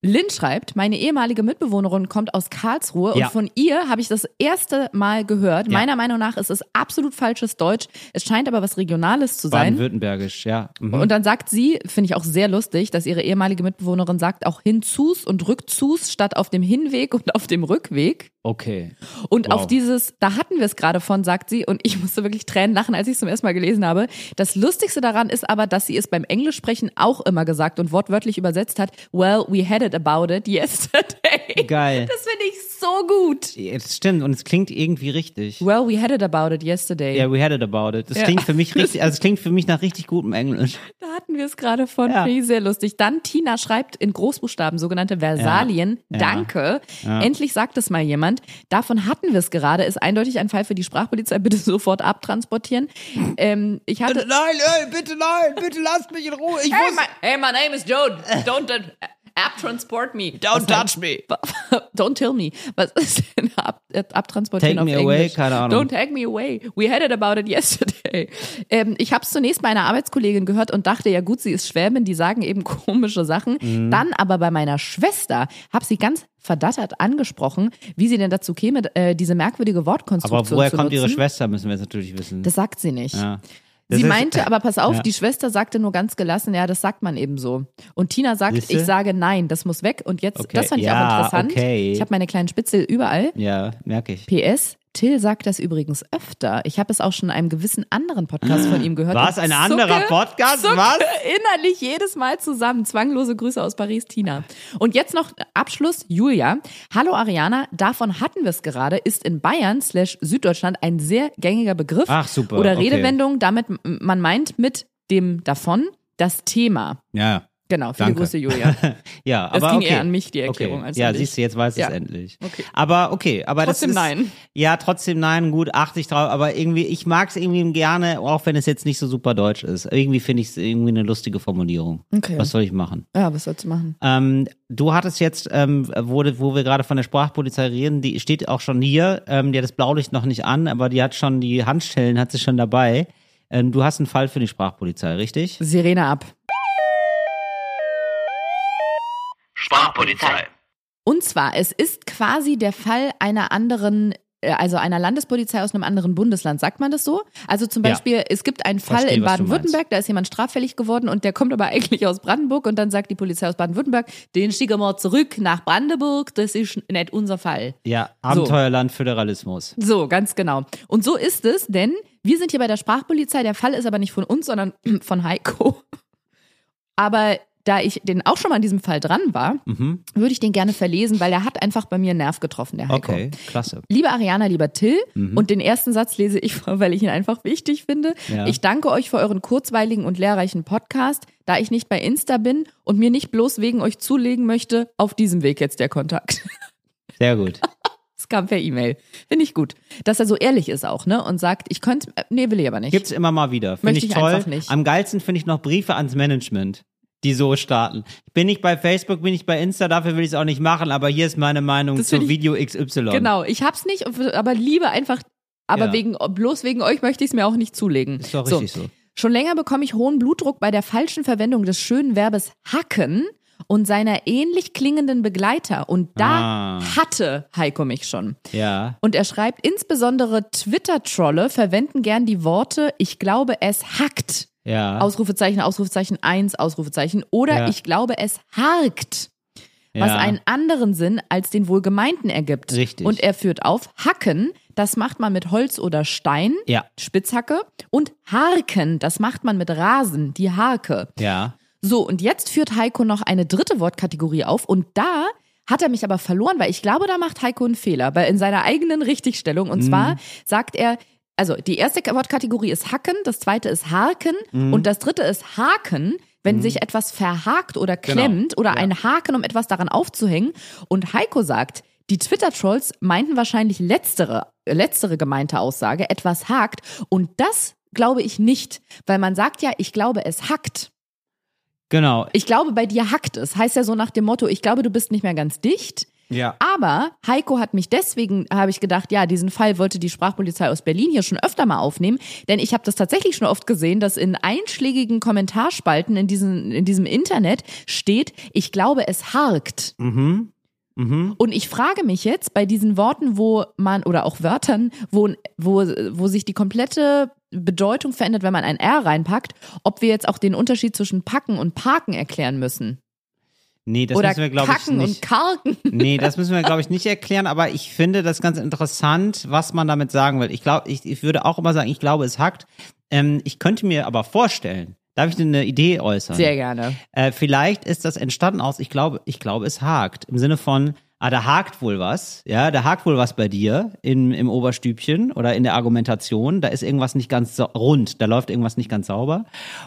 S2: Lynn schreibt, meine ehemalige Mitbewohnerin kommt aus Karlsruhe
S3: Ja.
S2: und von ihr habe ich das erste Mal gehört.
S3: Ja.
S2: Meiner Meinung nach ist es absolut falsches Deutsch. Es scheint aber was Regionales zu sein.
S3: Baden-Württembergisch, ja. Mhm.
S2: Und dann sagt sie, finde ich auch sehr lustig, dass ihre ehemalige Mitbewohnerin sagt, auch hinzus und rückzus statt auf dem Hinweg und auf dem Rückweg.
S3: okay.
S2: Und
S3: Wow.
S2: auf dieses, da hatten wir es gerade von, sagt sie, und ich musste wirklich Tränen lachen, als ich es zum ersten Mal gelesen habe. Das Lustigste daran ist aber, dass sie es beim Englischsprechen auch immer gesagt und wortwörtlich übersetzt hat, well, we had it about it yesterday.
S3: Geil.
S2: Das finde ich so gut.
S3: Ja, Das stimmt und es klingt irgendwie richtig.
S2: Well, we had it about it yesterday.
S3: Yeah, we had it about it. Das
S2: Ja.
S3: klingt für mich richtig, also es klingt für mich nach richtig gutem Englisch.
S2: Da hatten wir es gerade von.
S3: Ja.
S2: Finde ich sehr lustig. Dann Tina schreibt in Großbuchstaben sogenannte Versalien.
S3: Ja.
S2: Danke.
S3: Ja.
S2: Endlich sagt es mal jemand. Davon hatten wir es gerade. Ist eindeutig ein Fall für die Sprachpolizei. Bitte sofort abtransportieren. Ähm, ich hatte.
S3: Nein, ey, bitte nein, bitte lasst mich in Ruhe. Ich
S2: Hey my, hey, my name is Joan. Don't uh, abtransport me.
S3: Don't touch me.
S2: Don't tell me. Was ist denn ab, äh, abtransportieren
S3: Take
S2: auf
S3: me
S2: Englisch?
S3: away? Keine Ahnung.
S2: Don't take me away. We had it about it yesterday. Ähm, ich habe es zunächst bei einer Arbeitskollegin gehört und dachte, ja gut, sie ist Schwäbin, die sagen eben komische Sachen.
S3: Mhm.
S2: Dann aber bei meiner Schwester habe sie ganz verdattert angesprochen, wie sie denn dazu käme, äh, diese merkwürdige Wortkonstruktion
S3: Aber woher
S2: zu
S3: kommt
S2: nutzen.
S3: ihre Schwester, müssen wir jetzt natürlich wissen.
S2: Das sagt sie nicht.
S3: ja. Das
S2: Sie
S3: ist-
S2: meinte, aber pass auf,
S3: Ja.
S2: die Schwester sagte nur ganz gelassen, ja, das sagt man eben so. Und Tina sagt,
S3: Siehste?
S2: ich sage nein, das muss weg. Und jetzt,
S3: Okay.
S2: das fand ich
S3: Ja,
S2: auch interessant.
S3: okay.
S2: Ich habe meine kleinen Spitzel überall.
S3: Ja, merke ich.
S2: PS, Till sagt das übrigens öfter. Ich habe es auch schon in einem gewissen anderen Podcast von ihm gehört.
S3: Ah, Was?
S2: Und
S3: Ein
S2: zucke,
S3: anderer Podcast?
S2: Zucke
S3: Also Was?
S2: innerlich jedes Mal zusammen. Zwanglose Grüße aus Paris, Tina. Und jetzt noch Abschluss, Julia. Hallo Ariana, davon hatten wir es gerade, ist in Bayern slash Süddeutschland ein sehr gängiger Begriff
S3: Ach, super,
S2: oder
S3: okay.
S2: Redewendung, damit m- man meint mit dem davon das Thema.
S3: Ja.
S2: Genau, viele
S3: Danke.
S2: Grüße, Julia.
S3: Ja,
S2: Das
S3: aber
S2: ging
S3: okay.
S2: eher an mich, die Erklärung,
S3: Okay.
S2: als
S3: ja,
S2: an dich.
S3: siehst du, jetzt weißt du
S2: Ja.
S3: es endlich.
S2: Okay.
S3: Aber okay, aber
S2: Trotzdem
S3: das ist,
S2: nein.
S3: Ja, trotzdem nein, gut, achte ich drauf, aber irgendwie, ich mag es irgendwie gerne, auch wenn es jetzt nicht so super deutsch ist. Irgendwie finde ich es irgendwie eine lustige Formulierung.
S2: Okay.
S3: Was soll ich machen?
S2: Ja, was sollst du machen?
S3: Ähm, du hattest jetzt, ähm, wurde, wo wir gerade von der Sprachpolizei reden, die steht auch schon hier, ähm, die hat das Blaulicht noch nicht an, aber die hat schon, die Handschellen hat sie schon dabei. Ähm, du hast einen Fall für die Sprachpolizei, richtig?
S2: Sirene ab.
S6: Sprachpolizei.
S2: Und zwar, es ist quasi der Fall einer anderen, äh, also einer Landespolizei aus einem anderen Bundesland, sagt man das so? Also zum
S3: Ja.
S2: Beispiel, es gibt einen Fall
S3: Verstehe,
S2: in
S3: was du
S2: Baden-Württemberg, da ist jemand straffällig geworden und der kommt aber eigentlich aus Brandenburg und dann sagt die Polizei aus Baden-Württemberg, den schicken wir zurück nach Brandenburg, das ist nicht unser Fall.
S3: Ja, Abenteuerland Föderalismus.
S2: So, ganz genau. Und so ist es, denn wir sind hier bei der Sprachpolizei. Der Fall ist aber nicht von uns, sondern von Heiko. Aber da ich den auch schon mal in diesem Fall dran war,
S3: Mhm.
S2: würde ich den gerne verlesen, weil er hat einfach bei mir einen Nerv getroffen, der Heiko.
S3: Okay, klasse.
S2: Liebe Ariana, lieber Till,
S3: Mhm.
S2: und den ersten Satz lese ich vor, weil ich ihn einfach wichtig finde.
S3: Ja.
S2: Ich danke euch für euren kurzweiligen und lehrreichen Podcast, da ich nicht bei Insta bin und mir nicht bloß wegen euch zulegen möchte, auf diesem Weg jetzt der Kontakt.
S3: Sehr gut.
S2: Es kam per E-Mail. Finde ich gut. Dass er so ehrlich ist auch, ne? Und sagt, ich könnte, äh, nee, will ich aber nicht.
S3: Gibt's immer mal wieder. Finde
S2: Möchte
S3: ich
S2: ich
S3: toll.
S2: einfach nicht.
S3: Am geilsten finde ich noch Briefe ans Management, die so starten. Ich bin nicht bei Facebook, bin nicht bei Insta, dafür will ich es auch nicht machen, aber hier ist meine Meinung
S2: Das
S3: zu
S2: finde ich-
S3: Video XY.
S2: Genau, ich hab's nicht, aber liebe einfach, aber
S3: Ja.
S2: wegen, bloß wegen euch möchte ich es mir auch nicht zulegen.
S3: Ist doch richtig so.
S2: Schon länger bekomme ich hohen Blutdruck bei der falschen Verwendung des schönen Verbes hacken und seiner ähnlich klingenden Begleiter. Und da
S3: Ah.
S2: hatte Heiko mich schon.
S3: Ja.
S2: Und er schreibt, insbesondere Twitter-Trolle verwenden gern die Worte, ich glaube, es hackt.
S3: Ja.
S2: Ausrufezeichen, Ausrufezeichen 1, Ausrufezeichen. Oder
S3: Ja.
S2: ich glaube, es harkt,
S3: ja.
S2: was einen anderen Sinn als den wohlgemeinten ergibt.
S3: Richtig.
S2: Und er führt auf, hacken, das macht man mit Holz oder Stein,
S3: Ja.
S2: Spitzhacke. Und harken, das macht man mit Rasen, die Harke.
S3: Ja.
S2: So, und jetzt führt Heiko noch eine dritte Wortkategorie auf und da hat er mich aber verloren, weil ich glaube, da macht Heiko einen Fehler, weil in seiner eigenen Richtigstellung. Und zwar sagt er, also die erste Wortkategorie ist Hacken, das zweite ist Haken und das dritte ist Haken, wenn sich etwas verhakt oder klemmt oder ein Haken, um etwas daran aufzuhängen. Und Heiko sagt, die Twitter-Trolls meinten wahrscheinlich letztere, äh, letztere gemeinte Aussage, etwas hakt. Und das glaube ich nicht, weil man sagt ja, ich glaube, es hackt.
S3: Genau.
S2: Ich glaube, bei dir hackt es. Heißt ja so nach dem Motto, ich glaube, du bist nicht mehr ganz dicht.
S3: Ja.
S2: Aber Heiko hat mich deswegen, habe ich gedacht, ja, diesen Fall wollte die Sprachpolizei aus Berlin hier schon öfter mal aufnehmen. Denn ich habe das tatsächlich schon oft gesehen, dass in einschlägigen Kommentarspalten in, diesen, in diesem Internet steht, ich glaube, es harkt.
S3: Mhm. Mhm.
S2: Und ich frage mich jetzt bei diesen Worten, wo man, oder auch Wörtern, wo, wo, wo sich die komplette Bedeutung verändert, wenn man ein R reinpackt, ob wir jetzt auch den Unterschied zwischen packen und parken erklären müssen
S3: Nee, das
S2: oder
S3: müssen wir, glaube ich,
S2: kacken und
S3: nicht.
S2: karken.
S3: Nee, das müssen wir, glaube ich, nicht erklären, aber ich finde das ganz interessant, was man damit sagen will. Ich glaube, ich, ich würde auch immer sagen, ich glaube, es hackt. Ähm, ich könnte mir aber vorstellen, darf ich denn eine Idee äußern?
S2: Sehr gerne.
S3: Äh, vielleicht ist das entstanden aus, ich glaube, ich glaube, es hakt. Im Sinne von, ah, da hakt wohl was, ja, da hakt wohl was bei dir im, im Oberstübchen oder in der Argumentation. Da ist irgendwas nicht ganz sau- rund, da läuft irgendwas nicht ganz sauber.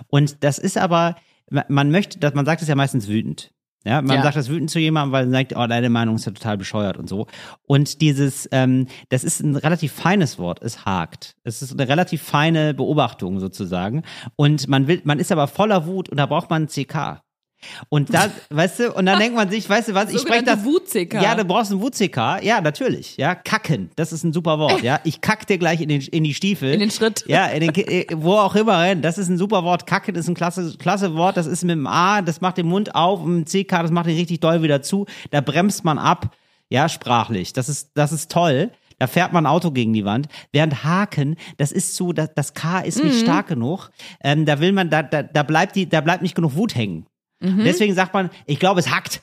S3: Und das ist aber, ma- man möchte, dass man sagt es ja meistens wütend. Ja, man
S2: Ja.
S3: sagt das wütend zu jemandem, weil man sagt, oh, deine Meinung ist ja total bescheuert und so. Und dieses, ähm, das ist ein relativ feines Wort, es hakt. Es ist eine relativ feine Beobachtung sozusagen. Und man will, man ist aber voller Wut und da braucht man ein CK. Und da, weißt du, und dann denkt man sich, weißt du was, ich spreche
S2: Sogenannte
S3: das.
S2: Wut-CK.
S3: Ja, du brauchst ein Wut-CK. Ja, natürlich. Ja, kacken. Das ist ein super Wort. Ja, ich kack dir gleich in, den, in die Stiefel.
S2: In den Schritt.
S3: Ja, in den, Ki- äh, wo auch immer rein. Das ist ein super Wort. Kacken ist ein klasse, klasse Wort. Das ist mit dem A, das macht den Mund auf. Und mit dem CK, das macht den richtig doll wieder zu. Da bremst man ab. Ja, sprachlich. Das ist, das ist toll. Da fährt man ein Auto gegen die Wand. Während Haken, das ist so, das, das K ist
S2: Mhm.
S3: nicht stark genug. Ähm, da will man, da, da, da bleibt die, da bleibt nicht genug Wut hängen.
S2: Mhm.
S3: Deswegen sagt man, ich glaube, es hackt.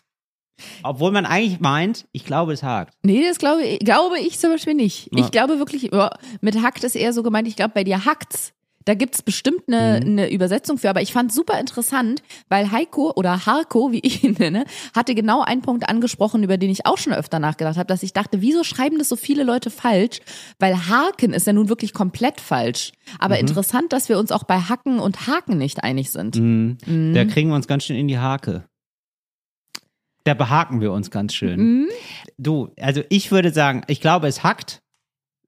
S3: Obwohl man eigentlich meint, ich glaube, es hakt.
S2: Nee, das glaube, ich- glaube ich zum Beispiel nicht.
S3: Ja.
S2: Ich glaube wirklich, ja, mit hackt ist eher so gemeint, ich glaube, bei dir hackt's. Da gibt's bestimmt eine, eine Übersetzung für, aber ich fand super interessant, weil Heiko oder Harko, wie ich ihn nenne, hatte genau einen Punkt angesprochen, über den ich auch schon öfter nachgedacht habe, dass ich dachte, wieso schreiben das so viele Leute falsch? Weil Haken ist ja nun wirklich komplett falsch. Aber interessant, dass wir uns auch bei Hacken und Haken nicht einig sind.
S3: Mhm. Da kriegen wir uns ganz schön in die Hake. Da behaken wir uns ganz schön. Du, also ich würde sagen, ich glaube, es hackt.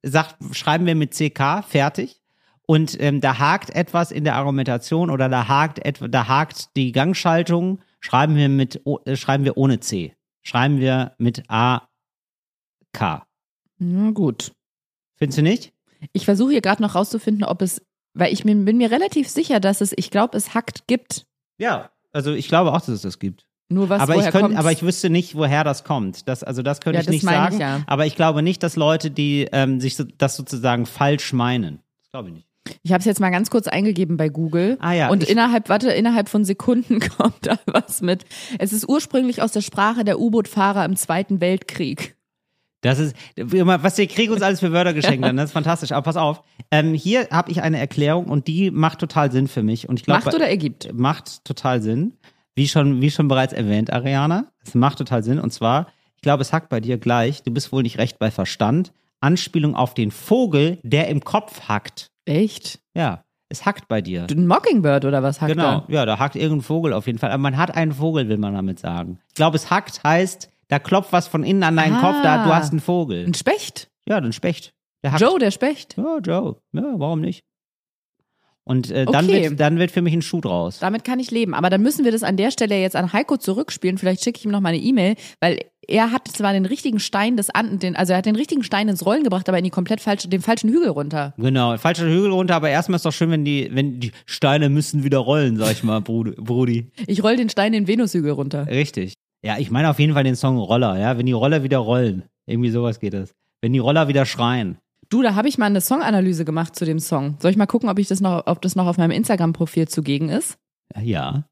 S3: Sagt, schreiben wir mit CK, fertig. Und ähm, da hakt etwas in der Argumentation oder da hakt etwa, da hakt die Gangschaltung, schreiben wir mit, O- äh, schreiben wir ohne C. Schreiben wir mit A, K.
S2: Na gut.
S3: Findest du nicht?
S2: Ich versuche hier gerade noch rauszufinden, ob es, weil ich mir, bin mir relativ sicher, dass es, ich glaube, es hackt gibt.
S3: Ja. Also ich glaube auch, dass es das gibt.
S2: Nur was
S3: aber
S2: woher
S3: ich könnte,
S2: kommt's?
S3: aber ich wüsste nicht, woher das kommt. Das, also das könnte
S2: Ja,
S3: ich
S2: das
S3: nicht
S2: meine
S3: sagen.
S2: ich ja.
S3: Aber ich glaube nicht, dass Leute, die ähm, sich so, das sozusagen falsch meinen. Das glaube ich nicht.
S2: Ich habe es jetzt mal ganz kurz eingegeben bei Google.
S3: Ah ja,
S2: Und
S3: ich-
S2: innerhalb, warte, innerhalb von Sekunden kommt da was mit. Es ist ursprünglich aus der Sprache der U-Boot-Fahrer im Zweiten Weltkrieg.
S3: Das ist, wie immer, was der Krieg uns alles für Wörter geschenkt hat, das ist fantastisch. Aber pass auf, ähm, hier habe ich eine Erklärung und die macht total Sinn für mich. Und ich glaube,
S2: Macht oder ergibt?
S3: macht total Sinn. Wie schon, wie schon bereits erwähnt, Ariana, es macht total Sinn. Und zwar, ich glaube, es hackt bei dir gleich. Du bist wohl nicht recht bei Verstand. Anspielung auf den Vogel, der im Kopf hackt.
S2: Echt?
S3: Ja, es hackt bei dir.
S2: Ein Mockingbird oder was hackt
S3: Genau,
S2: da?
S3: ja, da hackt irgendein Vogel auf jeden Fall. Aber man hat einen Vogel, will man damit sagen. Ich glaube, es hackt heißt, da klopft was von innen an deinen
S2: Ah.
S3: Kopf, da du hast einen Vogel.
S2: Ein Specht?
S3: Ja, dann Specht. Der hackt.
S2: Joe, der Specht.
S3: Ja, Joe. Ja, warum nicht? Und äh, dann,
S2: Okay.
S3: wird, dann wird für mich ein Schuh draus.
S2: Damit kann ich leben. Aber dann müssen wir das an der Stelle jetzt an Heiko zurückspielen. Vielleicht schicke ich ihm noch mal eine E-Mail, weil er hat zwar den richtigen Stein des An, den, also er hat den richtigen Stein ins Rollen gebracht, aber in die komplett falsche, den falschen Hügel runter.
S3: Genau, falscher Hügel runter, aber erstmal ist doch schön, wenn die, wenn die Steine müssen wieder rollen, sag ich mal, Brudi. Brudi.
S2: Ich roll den Stein den Venushügel runter.
S3: Richtig. Ja, ich meine auf jeden Fall den Song Roller, ja, wenn die Roller wieder rollen. Irgendwie sowas geht das. Wenn die Roller wieder schreien.
S2: Du, da habe ich mal eine Songanalyse gemacht zu dem Song. Soll ich mal gucken, ob ich das noch, ob das noch auf meinem Instagram-Profil zugegen ist?
S3: Ja.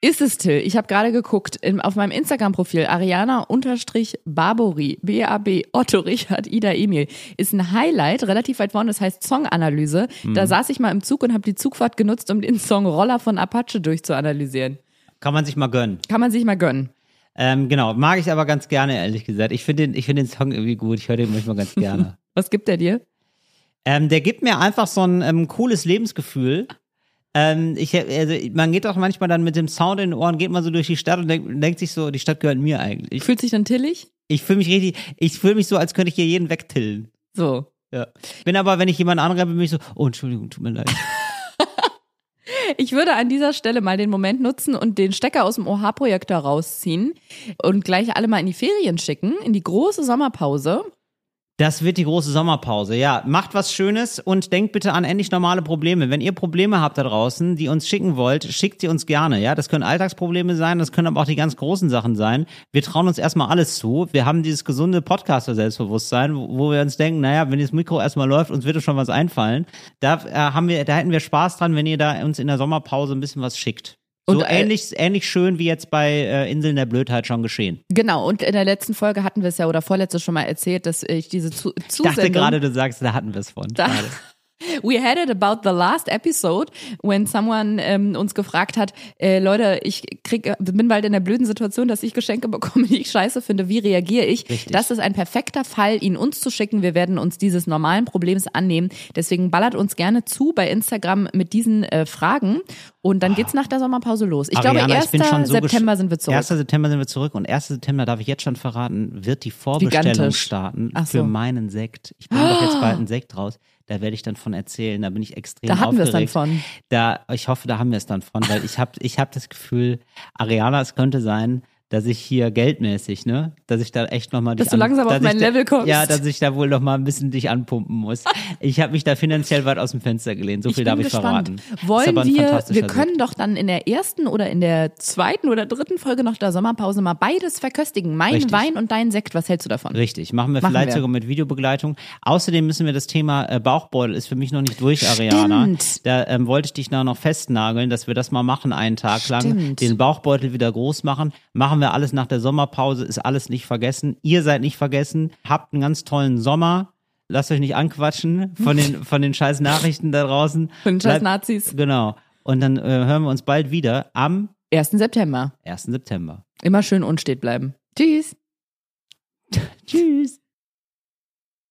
S2: Ist es Till? Ich habe gerade geguckt im, auf meinem Instagram-Profil Ariana-Barbori, B-A-B, Otto Richard, Ida Emil, ist ein Highlight, relativ weit vorne, das heißt Songanalyse. Da saß ich mal im Zug und habe die Zugfahrt genutzt, um den Song Roller von Apache durchzuanalysieren.
S3: Kann man sich mal gönnen.
S2: Kann man sich mal gönnen.
S3: Ähm, genau, mag ich aber ganz gerne, ehrlich gesagt. Ich finde den, ich finde den Song irgendwie gut. Ich höre den manchmal ganz gerne.
S2: Was gibt er dir?
S3: ähm, der gibt mir einfach so ein ähm, cooles Lebensgefühl. Ähm, ich, also, man geht doch manchmal dann mit dem Sound in den Ohren, geht man so durch die Stadt und denkt, denkt sich so, die Stadt gehört mir eigentlich.
S2: Fühlt sich dann tillig?
S3: Ich fühle mich richtig, ich fühle mich so, als könnte ich hier jeden wegtillen.
S2: So.
S3: Ja. Bin aber, wenn ich jemanden anrenne, bin ich so, oh, Entschuldigung, tut mir leid.
S2: Ich würde an dieser Stelle mal den Moment nutzen und den Stecker aus dem OH-Projektor rausziehen und gleich alle mal in die Ferien schicken, in die große Sommerpause.
S3: Das wird die große Sommerpause. Ja, macht was Schönes und denkt bitte an endlich normale Probleme. Wenn ihr Probleme habt da draußen, die uns schicken wollt, schickt sie uns gerne. Ja, das können Alltagsprobleme sein, das können aber auch die ganz großen Sachen sein. Wir trauen uns erstmal alles zu. Wir haben dieses gesunde Podcaster-Selbstbewusstsein, wo wo wir uns denken, naja, wenn das Mikro erstmal läuft, uns wird schon was einfallen. Da äh, haben wir, da hätten wir Spaß dran, wenn ihr da uns in der Sommerpause ein bisschen was schickt. So
S2: Und, äh,
S3: ähnlich, ähnlich schön wie jetzt bei äh, Inseln der Blödheit schon geschehen.
S2: Genau, und in der letzten Folge hatten wir es ja oder vorletzte schon mal erzählt, dass ich diese zu
S3: Ich dachte
S2: Zusendung...
S3: gerade, du sagst, da hatten wir es von.
S2: Da-
S3: Schade.
S2: We had it about the last episode, when someone ähm, uns gefragt hat, äh, Leute, ich krieg, bin bald in der blöden Situation, dass ich Geschenke bekomme, die ich scheiße finde. Wie reagiere ich?
S3: Richtig.
S2: Das ist ein perfekter Fall, ihn uns zu schicken. Wir werden uns dieses normalen Problems annehmen. Deswegen ballert uns gerne zu bei Instagram mit diesen äh, Fragen. Und
S3: Ah.
S2: dann geht's nach der Sommerpause los. Ich glaube, 1. September
S3: gesch-
S2: sind wir zurück.
S3: 1. September sind wir zurück und 1. September darf ich jetzt schon verraten, wird die Vorbestellung
S2: Gigantisch.
S3: starten
S2: Ach so.
S3: für meinen Sekt. Ich bringe doch jetzt bald einen Sekt raus. Da werde ich dann von erzählen. Da bin ich extrem
S2: Da hatten wir es
S3: aufgeregt.
S2: dann von.
S3: Da, ich hoffe, da haben wir es dann von, weil ich habe ich hab das Gefühl, Ariana, es könnte sein, dass ich hier geldmäßig, ne, dass ich da echt nochmal dich
S2: Dass du langsam auf
S3: dass ich
S2: mein
S3: da,
S2: Level kommst.
S3: Ja, dass ich da wohl nochmal ein bisschen dich anpumpen muss. Ich habe mich da finanziell weit aus dem Fenster gelehnt. So viel
S2: ich
S3: darf
S2: bin
S3: ich
S2: gespannt.
S3: verraten. Ist
S2: Wollen
S3: aber ein
S2: wir,
S3: fantastischer
S2: wir
S3: Sekt.
S2: können doch dann in der ersten oder in der zweiten oder dritten Folge nach der Sommerpause mal beides verköstigen. Mein
S3: Richtig.
S2: Wein und dein Sekt. Was hältst du davon?
S3: Richtig, machen wir
S2: Machen
S3: vielleicht
S2: wir.
S3: sogar mit Videobegleitung. Außerdem müssen wir das Thema äh, Bauchbeutel ist für mich noch nicht durch, Ariana.
S2: Stimmt.
S3: Da ähm, wollte ich dich da noch festnageln, dass wir das mal machen einen Tag lang,
S2: Stimmt.
S3: den Bauchbeutel wieder groß machen. Machen wir wir alles nach der Sommerpause, ist alles nicht vergessen. Ihr seid nicht vergessen. Habt einen ganz tollen Sommer. Lasst euch nicht anquatschen von den, von den scheiß Nachrichten da draußen.
S2: Von den scheiß
S3: Bleibt-
S2: Nazis.
S3: Genau. Und dann äh, hören wir uns bald wieder am
S2: 1. September.
S3: 1. September.
S2: Immer schön unstet bleiben. Tschüss.
S3: Tschüss.